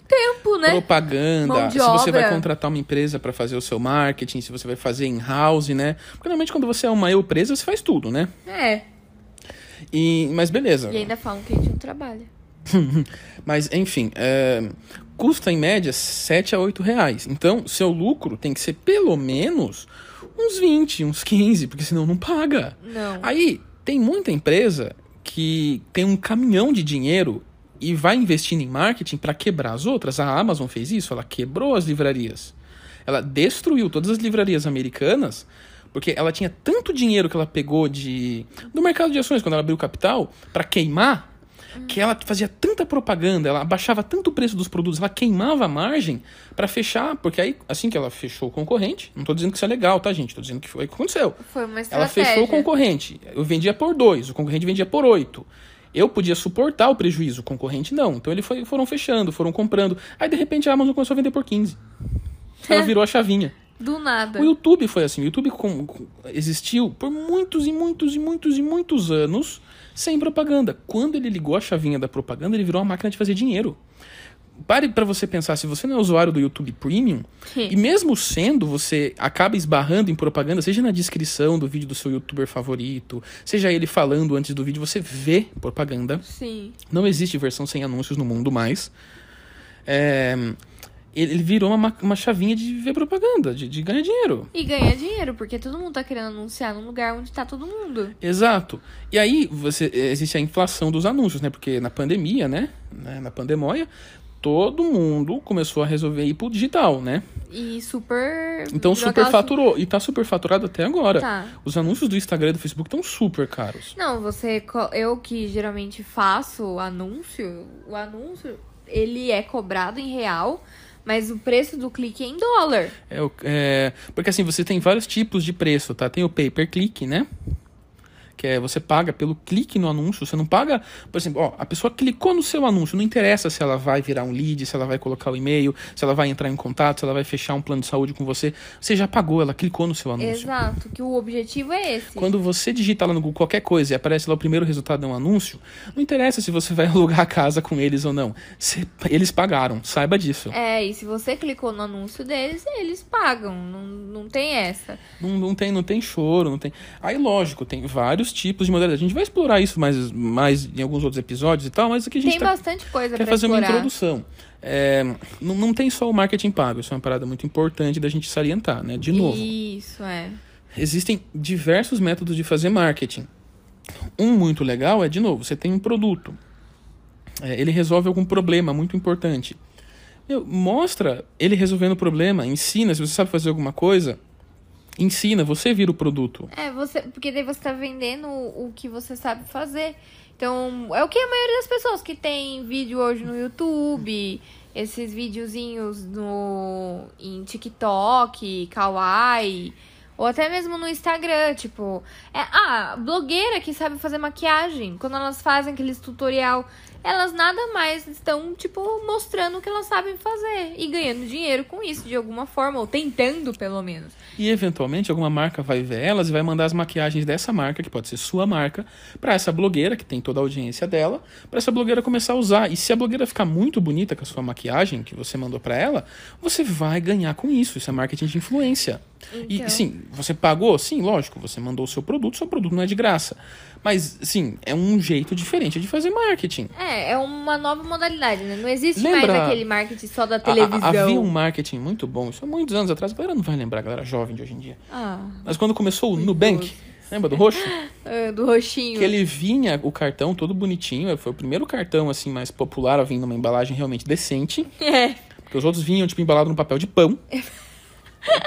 [SPEAKER 2] Tempo, né?
[SPEAKER 1] Propaganda,
[SPEAKER 2] Mão de
[SPEAKER 1] se você vai
[SPEAKER 2] obra.
[SPEAKER 1] contratar uma empresa para fazer o seu marketing, se você vai fazer in-house, né? Porque normalmente quando você é uma empresa, você faz tudo, né?
[SPEAKER 2] É.
[SPEAKER 1] E, mas beleza.
[SPEAKER 2] E ainda falam que a gente não trabalha.
[SPEAKER 1] Mas, enfim, é, custa em média 7 a 8 reais. Então, seu lucro tem que ser pelo menos uns 20, uns 15, porque senão não paga.
[SPEAKER 2] Não.
[SPEAKER 1] Aí, tem muita empresa que tem um caminhão de dinheiro e vai investindo em marketing para quebrar as outras. A Amazon fez isso, ela quebrou as livrarias. Ela destruiu todas as livrarias americanas porque ela tinha tanto dinheiro que ela pegou de do mercado de ações quando ela abriu o capital para queimar que ela fazia tanta propaganda, ela abaixava tanto o preço dos produtos, ela queimava a margem para fechar, porque aí assim que ela fechou o concorrente, não tô dizendo que isso é legal, tá gente, tô dizendo que foi o que aconteceu.
[SPEAKER 2] Foi
[SPEAKER 1] Ah,
[SPEAKER 2] uma
[SPEAKER 1] Ela
[SPEAKER 2] estratégia.
[SPEAKER 1] fechou o concorrente. Eu vendia por dois, o concorrente vendia por oito. Eu podia suportar o prejuízo, o concorrente não. Então eles foi- foram fechando, foram comprando. Aí de repente a Amazon começou a vender por 15. Ela virou a chavinha.
[SPEAKER 2] Do nada.
[SPEAKER 1] O YouTube foi assim. O YouTube com- com- existiu por muitos e muitos e muitos e muitos anos sem propaganda. Quando ele ligou a chavinha da propaganda, ele virou uma máquina de fazer dinheiro. Pare pra você pensar, se você não é usuário do YouTube Premium, e mesmo sendo, você acaba esbarrando em propaganda, seja na descrição do vídeo do seu youtuber favorito, seja ele falando antes do vídeo, você vê propaganda.
[SPEAKER 2] Sim.
[SPEAKER 1] Não existe versão sem anúncios no mundo mais. É, ele ele virou uma, ma- uma chavinha de ver propaganda, de- de ganhar dinheiro.
[SPEAKER 2] E ganha dinheiro, porque todo mundo tá querendo anunciar num lugar onde tá todo mundo.
[SPEAKER 1] Exato. E aí você existe a inflação dos anúncios, né? Porque na pandemia, né? Né? Na pandemia, todo mundo começou a resolver ir pro digital, né?
[SPEAKER 2] E super.
[SPEAKER 1] Então
[SPEAKER 2] virou
[SPEAKER 1] super
[SPEAKER 2] aquela assim,
[SPEAKER 1] faturou. E tá super faturado até agora.
[SPEAKER 2] Tá.
[SPEAKER 1] Os anúncios do Instagram e do Facebook estão super caros.
[SPEAKER 2] Não, você. co- Eu que geralmente faço anúncio, o anúncio, ele é cobrado em real, mas o preço do clique é em dólar.
[SPEAKER 1] É, o- é, porque assim, você tem vários tipos de preço, tá? Tem o pay per click, né? Que é você paga pelo clique no anúncio. Você não paga, por exemplo, ó, a pessoa clicou no seu anúncio. Não interessa se ela vai virar um lead, se ela vai colocar o e-mail, se ela vai entrar em contato, se ela vai fechar um plano de saúde com você. Você já pagou, ela clicou no seu anúncio.
[SPEAKER 2] Exato, que o objetivo é esse.
[SPEAKER 1] Quando você digita lá no Google qualquer coisa e aparece lá o primeiro resultado é um anúncio, não interessa se você vai [LAUGHS] alugar a casa com eles ou não. Você- eles pagaram, saiba disso.
[SPEAKER 2] É, e se você clicou no anúncio deles, eles pagam. Não, não tem essa.
[SPEAKER 1] Não, não tem, não tem choro, não tem. Aí, lógico, tem vários tipos de modalidade. A gente vai explorar isso mais, mais em alguns outros episódios e tal, mas aqui a gente
[SPEAKER 2] Tem
[SPEAKER 1] tá-
[SPEAKER 2] bastante coisa
[SPEAKER 1] quer
[SPEAKER 2] pra
[SPEAKER 1] fazer uma
[SPEAKER 2] explorar.
[SPEAKER 1] introdução. É, não, não tem só o marketing pago, isso é uma parada muito importante da gente salientar, né? De novo,
[SPEAKER 2] Isso, é.
[SPEAKER 1] existem diversos métodos de fazer marketing. Um muito legal é, de novo, você tem um produto. É, ele resolve algum problema muito importante. Meu, mostra ele resolvendo o problema, ensina, se você sabe fazer alguma coisa, ensina, você vira o produto.
[SPEAKER 2] É, você, porque daí você tá vendendo o, o que você sabe fazer. Então, é o que a maioria das pessoas que tem vídeo hoje no YouTube, esses videozinhos no em TikTok, Kawaii, ou até mesmo no Instagram, tipo, é, ah, blogueira que sabe fazer maquiagem, quando elas fazem aqueles tutorial, elas nada mais estão tipo mostrando o que elas sabem fazer e ganhando dinheiro com isso de alguma forma, ou tentando pelo menos.
[SPEAKER 1] E eventualmente alguma marca vai ver elas e vai mandar as maquiagens dessa marca, que pode ser sua marca, pra essa blogueira que tem toda a audiência dela, pra essa blogueira começar a usar. E se a blogueira ficar muito bonita com a sua maquiagem que você mandou pra ela, você vai ganhar com isso. Isso é marketing de influência. E,
[SPEAKER 2] Então.
[SPEAKER 1] E sim, você pagou? Sim, lógico, você mandou o seu produto, seu produto não é de graça. Mas sim, é um jeito diferente de fazer marketing.
[SPEAKER 2] É, é uma nova modalidade, né? Não existe
[SPEAKER 1] Lembra-
[SPEAKER 2] mais aquele marketing só da
[SPEAKER 1] A-
[SPEAKER 2] televisão.
[SPEAKER 1] a- havia um marketing muito bom, isso há muitos anos atrás, a galera não vai lembrar, a galera jovem de hoje em dia.
[SPEAKER 2] Ah,
[SPEAKER 1] Mas quando começou o Nubank, lembra do roxo?
[SPEAKER 2] é, do roxinho.
[SPEAKER 1] Que ele vinha o cartão todo bonitinho. Foi o primeiro cartão, assim, mais popular a vir numa embalagem realmente decente.
[SPEAKER 2] [LAUGHS] É,
[SPEAKER 1] Porque os outros vinham, tipo, embalado no papel de
[SPEAKER 2] [LAUGHS]
[SPEAKER 1] pão.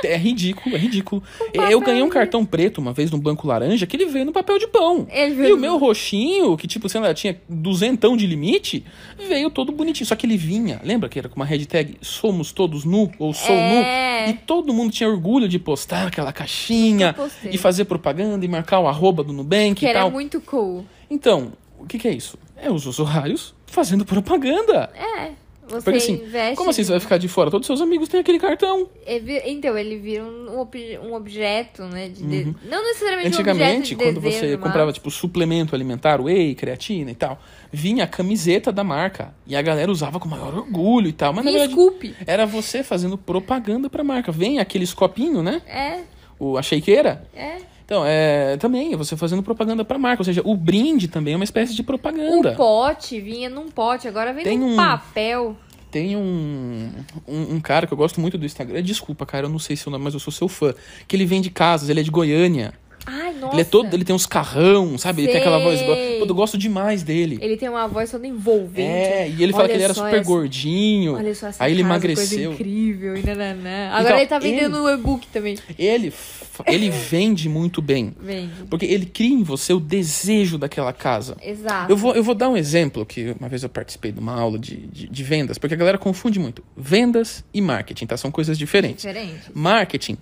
[SPEAKER 1] É ridículo, é ridículo. Eu ganhei um cartão preto uma vez num banco laranja que ele veio no papel de pão.
[SPEAKER 2] ele
[SPEAKER 1] E
[SPEAKER 2] veio-
[SPEAKER 1] o meu roxinho, que tipo, sei lá, tinha duzentão de limite, veio todo bonitinho. Só que ele vinha, lembra que era com uma hashtag Somos Todos Nu ou Sou
[SPEAKER 2] É.
[SPEAKER 1] Nu? E todo mundo tinha orgulho de postar aquela caixinha,
[SPEAKER 2] Eu postei.
[SPEAKER 1] de fazer propaganda e marcar o arroba do Nubank
[SPEAKER 2] que
[SPEAKER 1] e
[SPEAKER 2] era
[SPEAKER 1] tal.
[SPEAKER 2] muito cool.
[SPEAKER 1] Então, o que, que é isso? É os usuários fazendo propaganda.
[SPEAKER 2] É,
[SPEAKER 3] Você
[SPEAKER 1] Porque assim,
[SPEAKER 3] investe.
[SPEAKER 1] Como assim você vai ficar de fora? Todos seus amigos têm aquele cartão.
[SPEAKER 2] É vi- Então, ele vira um, ob- um objeto, né? de de- Não necessariamente
[SPEAKER 1] Uhum. Antigamente,
[SPEAKER 2] um objeto de
[SPEAKER 1] quando
[SPEAKER 2] desejo,
[SPEAKER 1] você
[SPEAKER 2] mas-
[SPEAKER 1] comprava, tipo, suplemento alimentar, whey, creatina e tal, vinha a camiseta da marca. E a galera usava com maior orgulho e tal. Mas na
[SPEAKER 2] Me
[SPEAKER 1] verdade,
[SPEAKER 2] esculpe.
[SPEAKER 1] era você fazendo propaganda pra marca. Vem aqueles copinhos, né?
[SPEAKER 2] É,
[SPEAKER 1] O, a shakeira.
[SPEAKER 2] é.
[SPEAKER 1] Então, é também, é você fazendo propaganda pra marca. Ou seja, o brinde também é uma espécie de propaganda.
[SPEAKER 2] O Um pote vinha num pote, agora vem
[SPEAKER 1] Tem
[SPEAKER 2] num
[SPEAKER 1] um-
[SPEAKER 2] papel.
[SPEAKER 1] Tem um, um, um cara que eu gosto muito do Instagram. Desculpa, cara, eu não sei seu nome, mas eu sou seu fã. Que ele vende casas, ele é de Goiânia.
[SPEAKER 2] Ai, nossa.
[SPEAKER 1] Ele é todo, ele tem uns carrão, sabe? Ele tem aquela voz. go-
[SPEAKER 2] Sei.
[SPEAKER 1] Pô, eu gosto demais dele.
[SPEAKER 2] Ele tem uma voz toda envolvente.
[SPEAKER 1] É, e ele fala
[SPEAKER 2] Olha
[SPEAKER 1] que ele era
[SPEAKER 2] só
[SPEAKER 1] super
[SPEAKER 2] essa-
[SPEAKER 1] gordinho.
[SPEAKER 2] Olha só essa
[SPEAKER 1] Aí ele
[SPEAKER 2] casa,
[SPEAKER 1] emagreceu.
[SPEAKER 2] Coisa incrível, e nananã. Agora
[SPEAKER 1] Então,
[SPEAKER 2] ele tá vendendo
[SPEAKER 1] ele-
[SPEAKER 2] um e-book também.
[SPEAKER 1] Ele, f-
[SPEAKER 2] [LAUGHS]
[SPEAKER 1] ele vende muito bem.
[SPEAKER 2] Vende.
[SPEAKER 1] Porque ele cria em você o desejo daquela casa.
[SPEAKER 2] Exato.
[SPEAKER 1] Eu vou, eu vou dar um exemplo que uma vez eu participei de uma aula de, de, de vendas, porque a galera confunde muito. Vendas e marketing, tá? São coisas diferentes.
[SPEAKER 2] É Diferente.
[SPEAKER 1] Marketing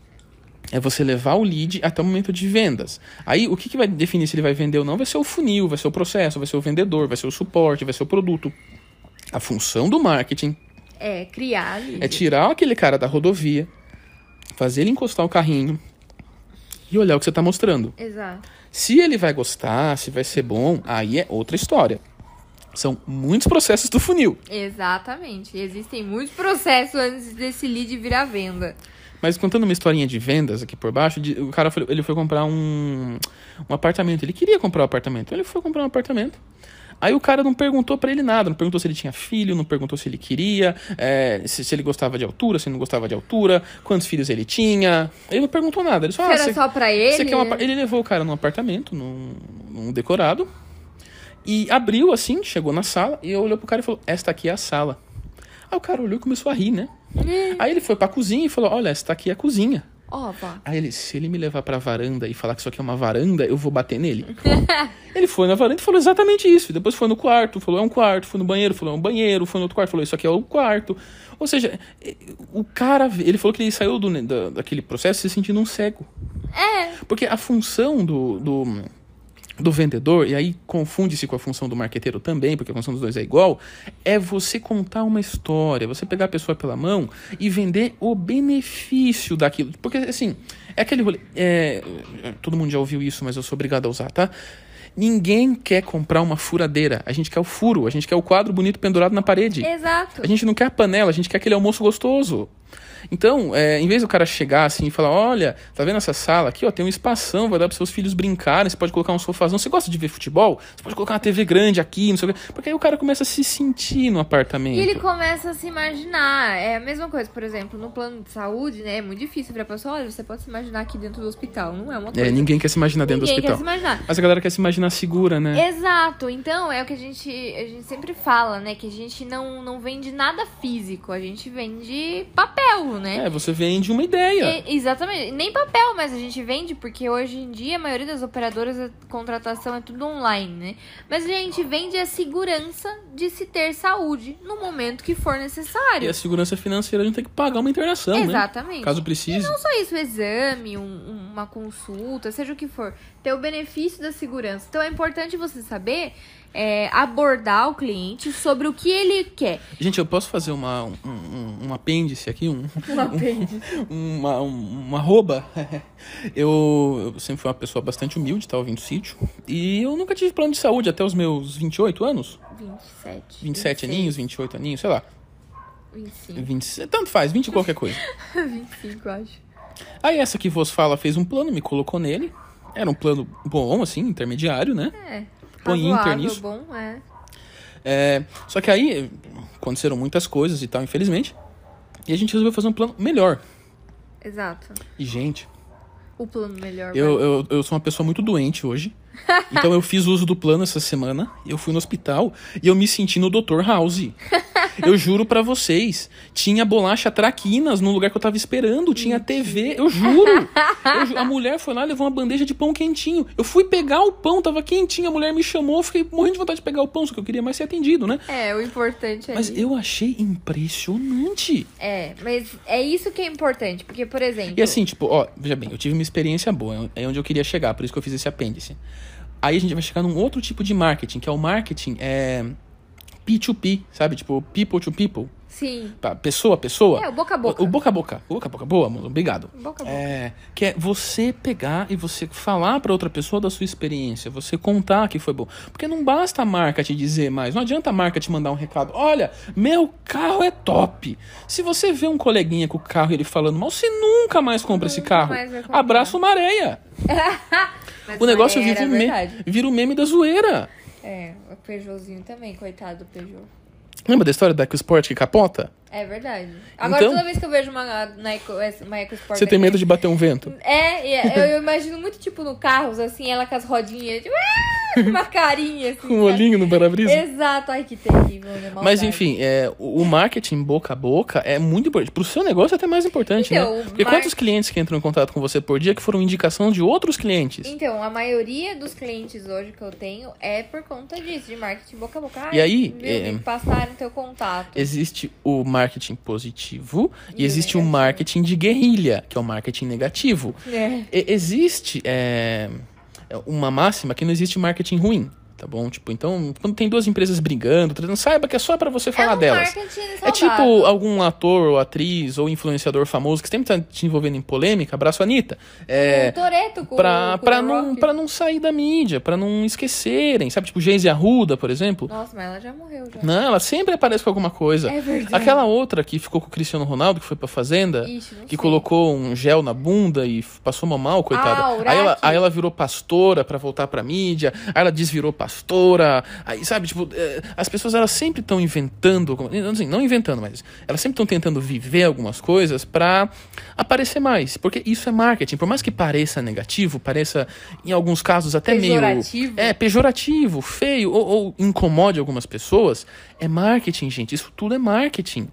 [SPEAKER 1] é você levar o lead até o momento de vendas. Aí o que, que vai definir se ele vai vender ou não vai ser o funil, vai ser o processo, vai ser o vendedor, vai ser o suporte, vai ser o produto. A função do marketing
[SPEAKER 2] É, criar ali.
[SPEAKER 1] é tirar aquele cara da rodovia, fazer ele encostar o carrinho e olhar o que você está mostrando.
[SPEAKER 2] Exato.
[SPEAKER 1] Se ele vai gostar, se vai ser bom, aí é outra história. São muitos processos do funil.
[SPEAKER 2] Exatamente. Existem muitos processos antes desse lead virar venda.
[SPEAKER 1] Mas contando uma historinha de vendas aqui por baixo, de- o cara foi, ele foi comprar um, um apartamento. Ele queria comprar um apartamento. Ele foi comprar um apartamento. Aí o cara não perguntou pra ele nada, não perguntou se ele tinha filho, não perguntou se ele queria, eh, se, se ele gostava de altura, se ele não gostava de altura, quantos filhos ele tinha. Ele não perguntou nada. Ele só,
[SPEAKER 2] Se
[SPEAKER 1] ah,
[SPEAKER 2] era
[SPEAKER 1] você-
[SPEAKER 2] só pra
[SPEAKER 1] Você
[SPEAKER 2] ele.
[SPEAKER 1] quer um apa- Ele levou o cara num apartamento, num, num decorado, e abriu assim, chegou na sala, e olhou pro cara e falou: Esta aqui é a sala. Aí o cara olhou e começou a rir, né? Aí ele foi pra cozinha e falou: Olha, esta aqui é a cozinha.
[SPEAKER 2] Opa.
[SPEAKER 1] Aí ele, se ele me levar pra varanda e falar que isso aqui é uma varanda, eu vou bater nele. ele foi na varanda e falou exatamente isso. Depois foi no quarto, falou é um quarto, foi no banheiro, falou é um banheiro, foi no outro quarto, falou isso aqui é um quarto. Ou seja, eh, o cara, ele falou que ele saiu do, ne- da- daquele processo se sentindo um cego. É. Porque a função do, do, do vendedor, e aí confunde-se com a função do marqueteiro também, porque a função dos dois é igual, é você contar uma história, você pegar a pessoa pela mão e vender o benefício daquilo. Porque, assim, é aquele rolê. é, todo mundo já ouviu isso, mas eu sou obrigado a usar, tá? Ninguém quer comprar uma furadeira. A gente quer o furo, a gente quer o quadro bonito pendurado na parede.
[SPEAKER 2] Exato.
[SPEAKER 1] A gente não quer a panela, a gente quer aquele almoço gostoso. Então, é, em vez do cara chegar assim e falar, olha, tá vendo essa sala aqui, ó, tem um espação, vai dar pros seus filhos brincarem, você pode colocar um sofazão, você gosta de ver futebol? Você pode colocar uma TV grande aqui, não sei o quê. Porque aí o cara começa a se sentir no apartamento.
[SPEAKER 2] E ele começa a se imaginar. É a mesma coisa, por exemplo, no plano de saúde, né? É muito difícil pra pessoa, olha, você pode se imaginar aqui dentro do hospital. Não é uma coisa.
[SPEAKER 1] É, ninguém quer se imaginar dentro
[SPEAKER 2] Ninguém
[SPEAKER 1] do
[SPEAKER 2] quer
[SPEAKER 1] hospital.
[SPEAKER 2] se imaginar.
[SPEAKER 1] Mas a galera quer se imaginar segura, né?
[SPEAKER 2] Exato. Então, é o que a gente, a gente sempre fala, né? Que a gente não, não vende nada físico, a gente vende papel, né?
[SPEAKER 1] É, você vende uma ideia.
[SPEAKER 2] E- exatamente. Nem papel mais a gente vende, porque hoje em dia a maioria das operadoras a contratação é tudo online, né? Mas a gente vende a segurança de se ter saúde no momento que for
[SPEAKER 1] E
[SPEAKER 2] necessário.
[SPEAKER 1] a segurança financeira a gente tem que pagar uma internação, né?
[SPEAKER 2] É. Exatamente.
[SPEAKER 1] Caso precise.
[SPEAKER 2] Não só isso, o exame, um- uma consulta, seja o que for, ter o benefício da segurança. Então é importante você saber é, abordar o cliente sobre o que ele quer.
[SPEAKER 1] Gente, eu posso fazer uma, um, um- um apêndice aqui? Um,
[SPEAKER 2] [LAUGHS]
[SPEAKER 1] um- uma, um- uma rouba? [LAUGHS] Eu, eu sempre fui uma pessoa bastante humilde, tá ouvindo sítio. E eu nunca tive plano de saúde até os meus 28 anos.
[SPEAKER 2] 27.
[SPEAKER 1] 27
[SPEAKER 2] 26,
[SPEAKER 1] aninhos, 28 aninhos, sei lá. [LAUGHS]
[SPEAKER 2] 25.
[SPEAKER 1] 20, tanto faz, 20 e qualquer coisa.
[SPEAKER 2] 25, eu acho.
[SPEAKER 1] Aí essa que vos fala fez um plano, me colocou nele. Era um plano bom, assim, intermediário, né?
[SPEAKER 2] É.
[SPEAKER 1] Põe Inter
[SPEAKER 2] razoável,
[SPEAKER 1] nisso.
[SPEAKER 2] bom, é.
[SPEAKER 1] É, só que aí aconteceram muitas coisas e tal, infelizmente. E a gente resolveu fazer um plano melhor.
[SPEAKER 2] Exato.
[SPEAKER 1] E, gente,
[SPEAKER 2] O plano melhor.
[SPEAKER 1] Eu,
[SPEAKER 2] vai.
[SPEAKER 1] eu, eu sou uma pessoa muito doente hoje. Então eu fiz uso do plano essa semana. Eu fui no hospital e eu me senti no Dr. House. Eu juro pra vocês, tinha bolacha traquinas no lugar que eu tava esperando, tinha TV, eu juro. Eu ju- a mulher foi lá, levou uma bandeja de pão quentinho. Eu fui pegar o pão, tava quentinho, a mulher me chamou, eu fiquei morrendo de vontade de pegar o pão, só que eu queria mais ser atendido, né?
[SPEAKER 2] É, o importante é
[SPEAKER 1] Mas eu achei impressionante.
[SPEAKER 2] É, mas é isso que é importante. Porque, por exemplo.
[SPEAKER 1] E assim, tipo, ó, veja bem, eu tive uma experiência boa, é onde eu queria chegar, por isso que eu fiz esse apêndice. Aí a gente vai chegar num outro tipo de marketing, que é o marketing é, P2P, sabe? Tipo, people to people.
[SPEAKER 2] Sim.
[SPEAKER 1] Pra pessoa a pessoa.
[SPEAKER 2] É, o boca a boca.
[SPEAKER 1] O boca a boca. O boca a boca. Boa, amor. Obrigado.
[SPEAKER 2] Boca a boca.
[SPEAKER 1] É, que é você pegar e você falar pra outra pessoa da sua experiência, você contar que foi bom. Porque não basta a marca te dizer mais, não adianta a marca te mandar um recado. Olha, meu carro é top. Se você vê um coleguinha com o carro e ele falando mal, você nunca mais compra esse
[SPEAKER 2] Nunca
[SPEAKER 1] carro.
[SPEAKER 2] mais vai comprar.
[SPEAKER 1] Abraça uma areia.
[SPEAKER 2] Mas
[SPEAKER 1] É. O negócio
[SPEAKER 2] era
[SPEAKER 1] vira, o me-
[SPEAKER 2] é verdade.
[SPEAKER 1] vira o meme da zoeira.
[SPEAKER 2] É, o Peugeotzinho também, coitado do Peugeot.
[SPEAKER 1] Lembra da história da EcoSport que capota?
[SPEAKER 2] É verdade. Agora,
[SPEAKER 1] Então-
[SPEAKER 2] toda vez que eu vejo uma, na Eco, uma EcoSport...
[SPEAKER 1] Você tem medo de bater um vento?
[SPEAKER 2] É, e eu, eu imagino muito, tipo, no carros, assim, ela com as rodinhas, tipo, "Ah!" com uma carinha, assim.
[SPEAKER 1] Com o
[SPEAKER 2] sabe?
[SPEAKER 1] olhinho no para-brisa?
[SPEAKER 2] Exato, ai que terrível, né? Maldade.
[SPEAKER 1] Mas enfim, é, o o marketing boca a boca é muito importante. Pro seu negócio é até mais importante,
[SPEAKER 2] Então,
[SPEAKER 1] né?
[SPEAKER 2] o
[SPEAKER 1] Porque
[SPEAKER 2] mar-
[SPEAKER 1] quantos clientes que entram em contato com você por dia que foram indicação de outros clientes?
[SPEAKER 2] Então, a maioria dos clientes hoje que eu tenho é por conta disso, de marketing boca a boca. Ai,
[SPEAKER 1] E aí,
[SPEAKER 2] Viu,
[SPEAKER 1] é-
[SPEAKER 2] Me passaram teu contato.
[SPEAKER 1] Existe o marketing positivo e,
[SPEAKER 2] E o
[SPEAKER 1] existe o
[SPEAKER 2] negativo.
[SPEAKER 1] marketing de guerrilha, que é o marketing negativo.
[SPEAKER 2] É.
[SPEAKER 1] E- existe é, uma máxima que não existe marketing ruim, tá bom? Tipo, então, quando tem duas empresas brigando, tratando, saiba que é só pra você falar
[SPEAKER 2] é um
[SPEAKER 1] delas.
[SPEAKER 2] marketing
[SPEAKER 1] É tipo
[SPEAKER 2] saudável.
[SPEAKER 1] algum ator ou atriz ou influenciador famoso que sempre tá te envolvendo em polêmica, abraço Anitta. É,
[SPEAKER 2] O Toretto Um com
[SPEAKER 1] pra,
[SPEAKER 2] com
[SPEAKER 1] pra,
[SPEAKER 2] o
[SPEAKER 1] não,
[SPEAKER 2] Rock.
[SPEAKER 1] pra não sair da mídia, pra não esquecerem, sabe? Tipo, Geise Arruda, por exemplo.
[SPEAKER 2] Nossa, mas ela já morreu já.
[SPEAKER 1] Não, ela sempre aparece com alguma coisa.
[SPEAKER 2] É verdade.
[SPEAKER 1] Aquela outra que ficou com o Cristiano Ronaldo, que foi pra Fazenda,
[SPEAKER 2] Ixi, não
[SPEAKER 1] que
[SPEAKER 2] sei.
[SPEAKER 1] colocou um gel na bunda e f- passou mal mal, coitada.
[SPEAKER 2] Ah, o
[SPEAKER 1] aí, ela,
[SPEAKER 2] Uraki.
[SPEAKER 1] aí ela virou pastora pra voltar pra mídia, aí ela desvirou pastora, aí, sabe, tipo, eh, as pessoas elas sempre estão inventando, alguma- não, assim, não inventando, mas elas sempre estão tentando viver algumas coisas pra aparecer mais, porque isso é marketing, por mais que pareça negativo, pareça em alguns casos até
[SPEAKER 2] Pejorativo.
[SPEAKER 1] meio... É, pejorativo, feio ou, ou incomode algumas pessoas, é marketing, gente. Isso tudo é marketing.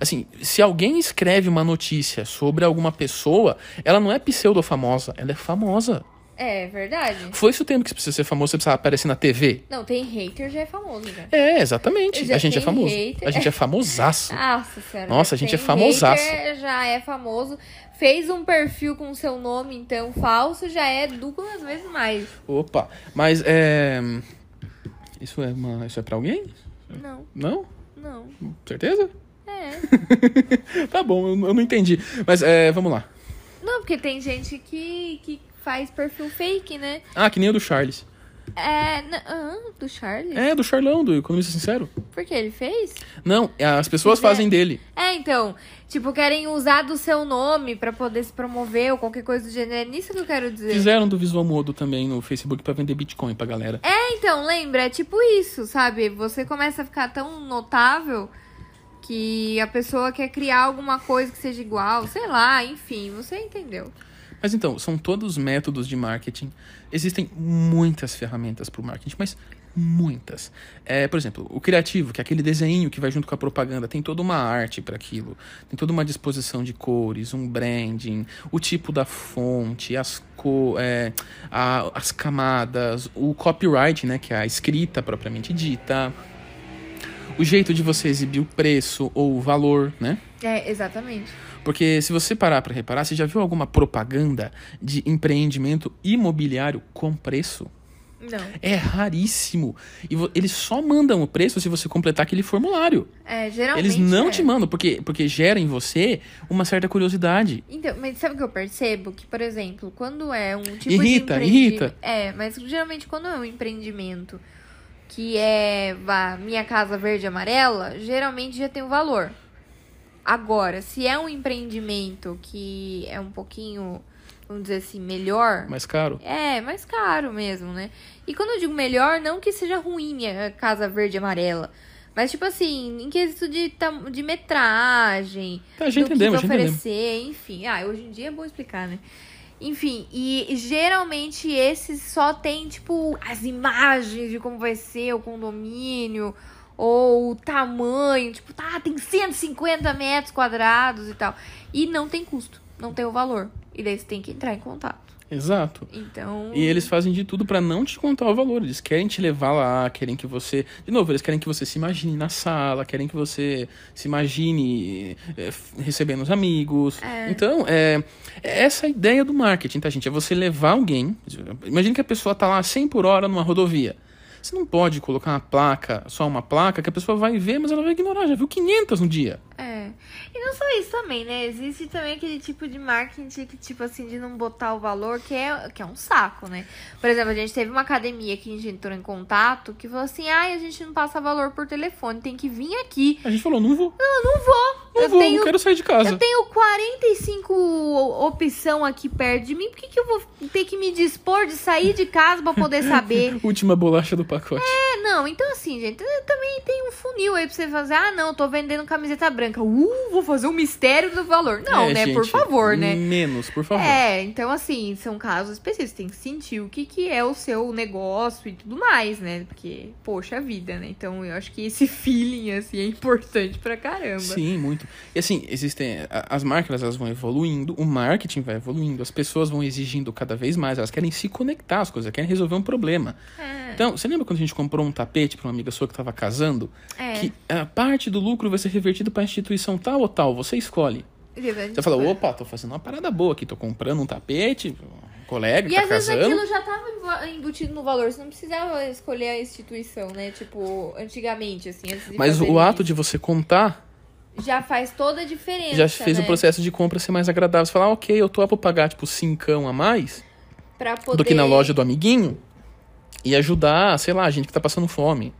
[SPEAKER 1] Assim, se alguém escreve uma notícia sobre alguma pessoa, ela não é pseudo-famosa, ela é famosa.
[SPEAKER 2] É verdade.
[SPEAKER 1] Foi esse o tempo que você precisa ser famoso, você precisa aparecer na TV.
[SPEAKER 2] Não, tem hater, já é famoso já.
[SPEAKER 1] É, exatamente.
[SPEAKER 2] Já
[SPEAKER 1] A gente é
[SPEAKER 2] tem
[SPEAKER 1] famoso.
[SPEAKER 2] hater. Ah.
[SPEAKER 1] A gente é
[SPEAKER 2] [LAUGHS]
[SPEAKER 1] famosaço.
[SPEAKER 2] Nossa senhora.
[SPEAKER 1] Nossa, a gente
[SPEAKER 2] tem
[SPEAKER 1] é famosaço.
[SPEAKER 2] hater, Já é famoso. Fez um perfil com seu nome, então, falso, já é duas vezes mais.
[SPEAKER 1] Opa. Mas é. Isso é, uma... Isso é pra alguém?
[SPEAKER 2] Não,
[SPEAKER 1] Não?
[SPEAKER 2] não.
[SPEAKER 1] Certeza?
[SPEAKER 2] É.
[SPEAKER 1] Tá bom, eu eu não entendi. Mas é, vamos lá.
[SPEAKER 2] Não, porque tem gente que, que faz perfil fake, né?
[SPEAKER 1] Ah, que nem o do Charles.
[SPEAKER 2] É. n- ah, do Charles?
[SPEAKER 1] É, do Charlão, do Economista Sincero.
[SPEAKER 2] Porque ele fez?
[SPEAKER 1] Não, as pessoas
[SPEAKER 2] Pois é.
[SPEAKER 1] fazem dele.
[SPEAKER 2] É, então, tipo, querem usar do seu nome pra poder se promover ou qualquer coisa do gênero. É nisso que eu quero dizer.
[SPEAKER 1] Fizeram do Visual Modo também no Facebook pra vender Bitcoin pra galera.
[SPEAKER 2] Então, lembra, é tipo isso, sabe? Você começa a ficar tão notável que a pessoa quer criar alguma coisa que seja igual, sei lá, enfim, você entendeu.
[SPEAKER 1] Mas então, são todos métodos de marketing. Existem muitas ferramentas pro marketing, mas muitas. É, por exemplo, o criativo, que é aquele desenho que vai junto com a propaganda, tem toda uma arte para aquilo, tem toda uma disposição de cores, um branding, o tipo da fonte, as co é, a- as camadas, o copyright, né, que é a escrita propriamente dita, o jeito de você exibir o preço ou o valor, né?
[SPEAKER 2] É, exatamente.
[SPEAKER 1] Porque se você parar pra reparar, você já viu alguma propaganda de empreendimento imobiliário com preço?
[SPEAKER 2] Não.
[SPEAKER 1] É raríssimo. E vo- eles só mandam o preço se você completar aquele formulário.
[SPEAKER 2] É, geralmente.
[SPEAKER 1] eles não
[SPEAKER 2] é.
[SPEAKER 1] te mandam, porque, porque gera em você uma certa curiosidade.
[SPEAKER 2] Então, mas sabe o que eu percebo? Que, por exemplo, quando é um tipo
[SPEAKER 1] Irrita,
[SPEAKER 2] de empreendi-
[SPEAKER 1] irrita.
[SPEAKER 2] É, mas geralmente quando é um empreendimento que é vá, Minha Casa Verde e Amarela, geralmente já tem o valor. Agora, se é um empreendimento que é um pouquinho, vamos dizer assim, melhor,
[SPEAKER 1] Mais caro.
[SPEAKER 2] é mais caro mesmo, né? E quando eu digo melhor, não que seja ruim a Casa Verde e Amarela. Mas, tipo assim, em quesito de, tam- de metragem,
[SPEAKER 1] Tá, já
[SPEAKER 2] do
[SPEAKER 1] entendemos,
[SPEAKER 2] que
[SPEAKER 1] já
[SPEAKER 2] vai
[SPEAKER 1] entendemos.
[SPEAKER 2] oferecer, enfim. Ah, hoje em dia é bom explicar, né? Enfim, e geralmente esses só tem, tipo, as imagens de como vai ser o condomínio, ou o tamanho, tipo, tá, tem 150 metros quadrados e tal. E não tem custo, não tem o valor. E daí você tem que entrar em contato.
[SPEAKER 1] Exato.
[SPEAKER 2] Então.
[SPEAKER 1] E eles fazem de tudo pra não te contar o valor. Eles querem te levar lá, querem que você. De novo, eles querem que você se imagine na sala, querem que você se imagine eh, f- recebendo os amigos. Então, é, é essa a ideia do marketing, tá, gente? É você levar alguém. Imagina que a pessoa tá lá 100 por hora numa rodovia. Você não pode colocar uma placa, só uma placa, que a pessoa vai ver, mas ela vai ignorar. Já viu 500 no dia.
[SPEAKER 2] É. E não só isso também, né? Existe também aquele tipo de marketing que, tipo assim, de não botar o valor, que é, que é um saco, né? Por exemplo, a gente teve uma academia que a gente entrou em contato que falou assim: ai, a gente não passa valor por telefone, tem que vir aqui.
[SPEAKER 1] A gente falou, não vou. Não, não vou. Não
[SPEAKER 2] Eu
[SPEAKER 1] vou,
[SPEAKER 2] tenho-
[SPEAKER 1] não quero sair de casa.
[SPEAKER 2] Eu tenho 45 o- opção aqui perto de mim, por que, que eu vou ter que me dispor de sair de casa pra
[SPEAKER 1] [LAUGHS]
[SPEAKER 2] poder saber?
[SPEAKER 1] Última bolacha do pacote.
[SPEAKER 2] É, não, então assim, gente, também tem um funil aí pra você fazer, ah, não, tô vendendo camiseta branca. Uh, vou fazer um mistério do valor. Não,
[SPEAKER 1] É,
[SPEAKER 2] né? por
[SPEAKER 1] gente,
[SPEAKER 2] favor, né?
[SPEAKER 1] Menos, por favor.
[SPEAKER 2] É, então assim, são casos específicos, tem que sentir o que, que é o seu negócio e tudo mais, né? Porque, poxa vida, né? Então eu acho que esse [LAUGHS] feeling, assim, é importante pra caramba.
[SPEAKER 1] Sim, muito. E assim, existem. a- As marcas elas vão evoluindo, o marketing vai evoluindo, as pessoas vão exigindo cada vez mais, elas querem se conectar às coisas, querem resolver um problema.
[SPEAKER 2] É,
[SPEAKER 1] Então, você lembra quando a gente comprou um tapete pra uma amiga sua que tava casando?
[SPEAKER 2] É,
[SPEAKER 1] Que a parte do lucro vai ser revertido pra instituição tal ou tal, você escolhe. Você fala, opa, tô fazendo uma parada boa aqui, tô comprando um tapete, um colega
[SPEAKER 2] E
[SPEAKER 1] que tá
[SPEAKER 2] às vezes
[SPEAKER 1] casando.
[SPEAKER 2] aquilo já tava envo- embutido no valor, você não precisava escolher a instituição, né? Tipo, antigamente, assim. antes de
[SPEAKER 1] Mas
[SPEAKER 2] fazer
[SPEAKER 1] o ato
[SPEAKER 2] isso.
[SPEAKER 1] de você contar
[SPEAKER 2] já faz toda a diferença.
[SPEAKER 1] já fez
[SPEAKER 2] né?
[SPEAKER 1] o processo de compra ser mais agradável. Você fala, ah, ok, eu topo pagar, tipo, cincão a mais.
[SPEAKER 2] Pra poder...
[SPEAKER 1] do que na loja do amiguinho e ajudar, sei lá, a gente que tá passando fome.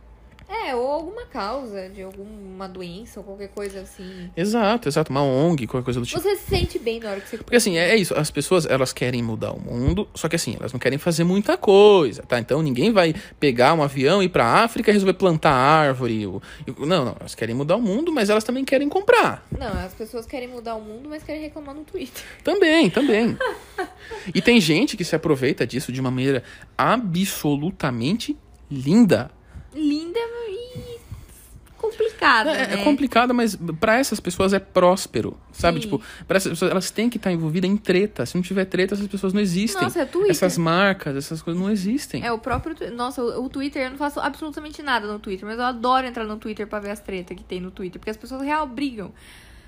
[SPEAKER 2] É, ou alguma causa de alguma doença ou qualquer coisa assim.
[SPEAKER 1] Exato, exato, uma ONG, qualquer coisa do tipo.
[SPEAKER 2] Você se sente bem na hora que você.
[SPEAKER 1] Porque assim, é é isso, as pessoas, elas querem mudar o mundo, só que assim, elas não querem fazer muita coisa, tá? Então ninguém vai pegar um avião e ir pra África e resolver plantar árvore. o- e- Não, não, elas querem mudar o mundo, mas elas também querem comprar.
[SPEAKER 2] Não, as pessoas querem mudar o mundo, mas querem reclamar no Twitter.
[SPEAKER 1] Também, também. E tem gente que se aproveita disso de uma maneira absolutamente linda.
[SPEAKER 2] [LAUGHS] Linda e complicada.
[SPEAKER 1] É, é
[SPEAKER 2] né?
[SPEAKER 1] complicado, mas pra essas pessoas é próspero, sabe?
[SPEAKER 2] Sim.
[SPEAKER 1] Tipo, para essas pessoas, elas têm que estar envolvidas em treta. Se não tiver treta, essas pessoas não existem.
[SPEAKER 2] Nossa, é Twitter.
[SPEAKER 1] essas marcas, essas coisas não existem.
[SPEAKER 2] É, o próprio. Twi- Nossa, o o Twitter, eu não faço absolutamente nada no Twitter, mas eu adoro entrar no Twitter pra ver as tretas que tem no Twitter, porque as pessoas real brigam.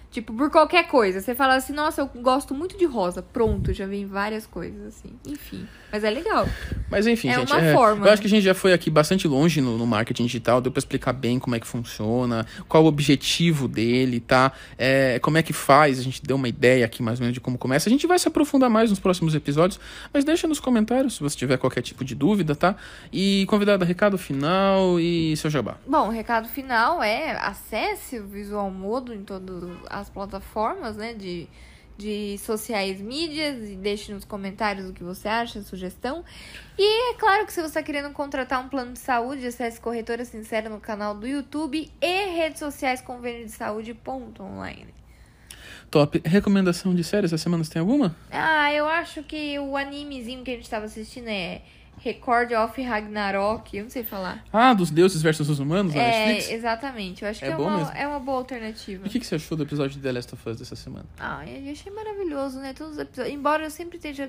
[SPEAKER 2] Tipo, por qualquer coisa. Você fala assim, nossa, eu gosto muito de rosa. Pronto, já vi várias coisas, assim. Enfim. Mas é legal.
[SPEAKER 1] Mas enfim,
[SPEAKER 2] é
[SPEAKER 1] gente.
[SPEAKER 2] uma forma,
[SPEAKER 1] Eu
[SPEAKER 2] né?
[SPEAKER 1] acho que a gente já foi aqui bastante longe no, no marketing digital, deu pra explicar bem como é que funciona, qual o objetivo dele, tá? É, como é que faz, a gente deu uma ideia aqui mais ou menos de como começa. A gente vai se aprofundar mais nos próximos episódios, mas deixa nos comentários se você tiver qualquer tipo de dúvida, tá? E convidado, recado final e seu jabá.
[SPEAKER 2] Bom, o recado final é acesse o Visual Modo em todas as plataformas, né? De, de sociais mídias e deixe nos comentários o que você acha, sugestão. E é claro que se você está querendo contratar um plano de saúde, acesse Corretora Sincera no canal do YouTube e redes sociais convênio de saúde ponto online.
[SPEAKER 1] Top. Recomendação de série essa semana você tem alguma?
[SPEAKER 2] Ah, eu acho que o animezinho que a gente estava assistindo é Record of Ragnarok, eu não sei falar.
[SPEAKER 1] Ah, dos deuses versus os humanos na
[SPEAKER 2] É,
[SPEAKER 1] Netflix?
[SPEAKER 2] exatamente. Eu acho
[SPEAKER 1] É
[SPEAKER 2] que é
[SPEAKER 1] bom
[SPEAKER 2] uma,
[SPEAKER 1] mesmo.
[SPEAKER 2] é uma boa alternativa.
[SPEAKER 1] E o que, que você achou do episódio de The Last of Us dessa semana?
[SPEAKER 2] Ah, eu achei maravilhoso, né? Todos os episódios. Embora eu sempre esteja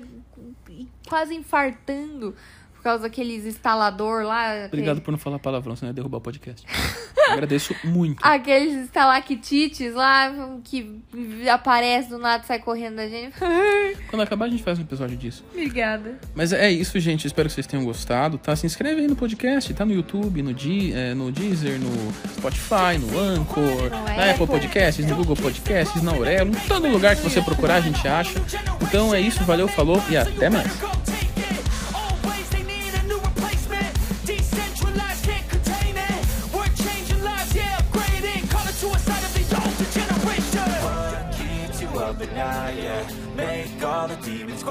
[SPEAKER 2] quase infartando por causa daqueles instalador lá. aquele-
[SPEAKER 1] Obrigado por não falar palavrão, senão ia derrubar o podcast. [LAUGHS] Agradeço muito.
[SPEAKER 2] Aqueles estalactites lá que aparece do nada e sai correndo da gente. [LAUGHS]
[SPEAKER 1] Quando acabar, a gente faz um episódio disso.
[SPEAKER 2] Obrigada.
[SPEAKER 1] Mas é isso, gente. Espero que vocês tenham gostado, tá? Se inscreve aí no podcast, tá no YouTube, no, Di- eh, no Deezer, no Spotify, no Anchor, na Apple Podcasts, no Google Podcasts, na Aurelo, em todo lugar que você procurar, a gente acha. Então é isso, valeu, falou e até mais.
[SPEAKER 4] Always they need a new replacement. Decentralized, can't contain it. We're changing lives, yeah, upgrading. Call it suicide of the older generation.
[SPEAKER 5] What keeps you up at night, yeah? Make all the demons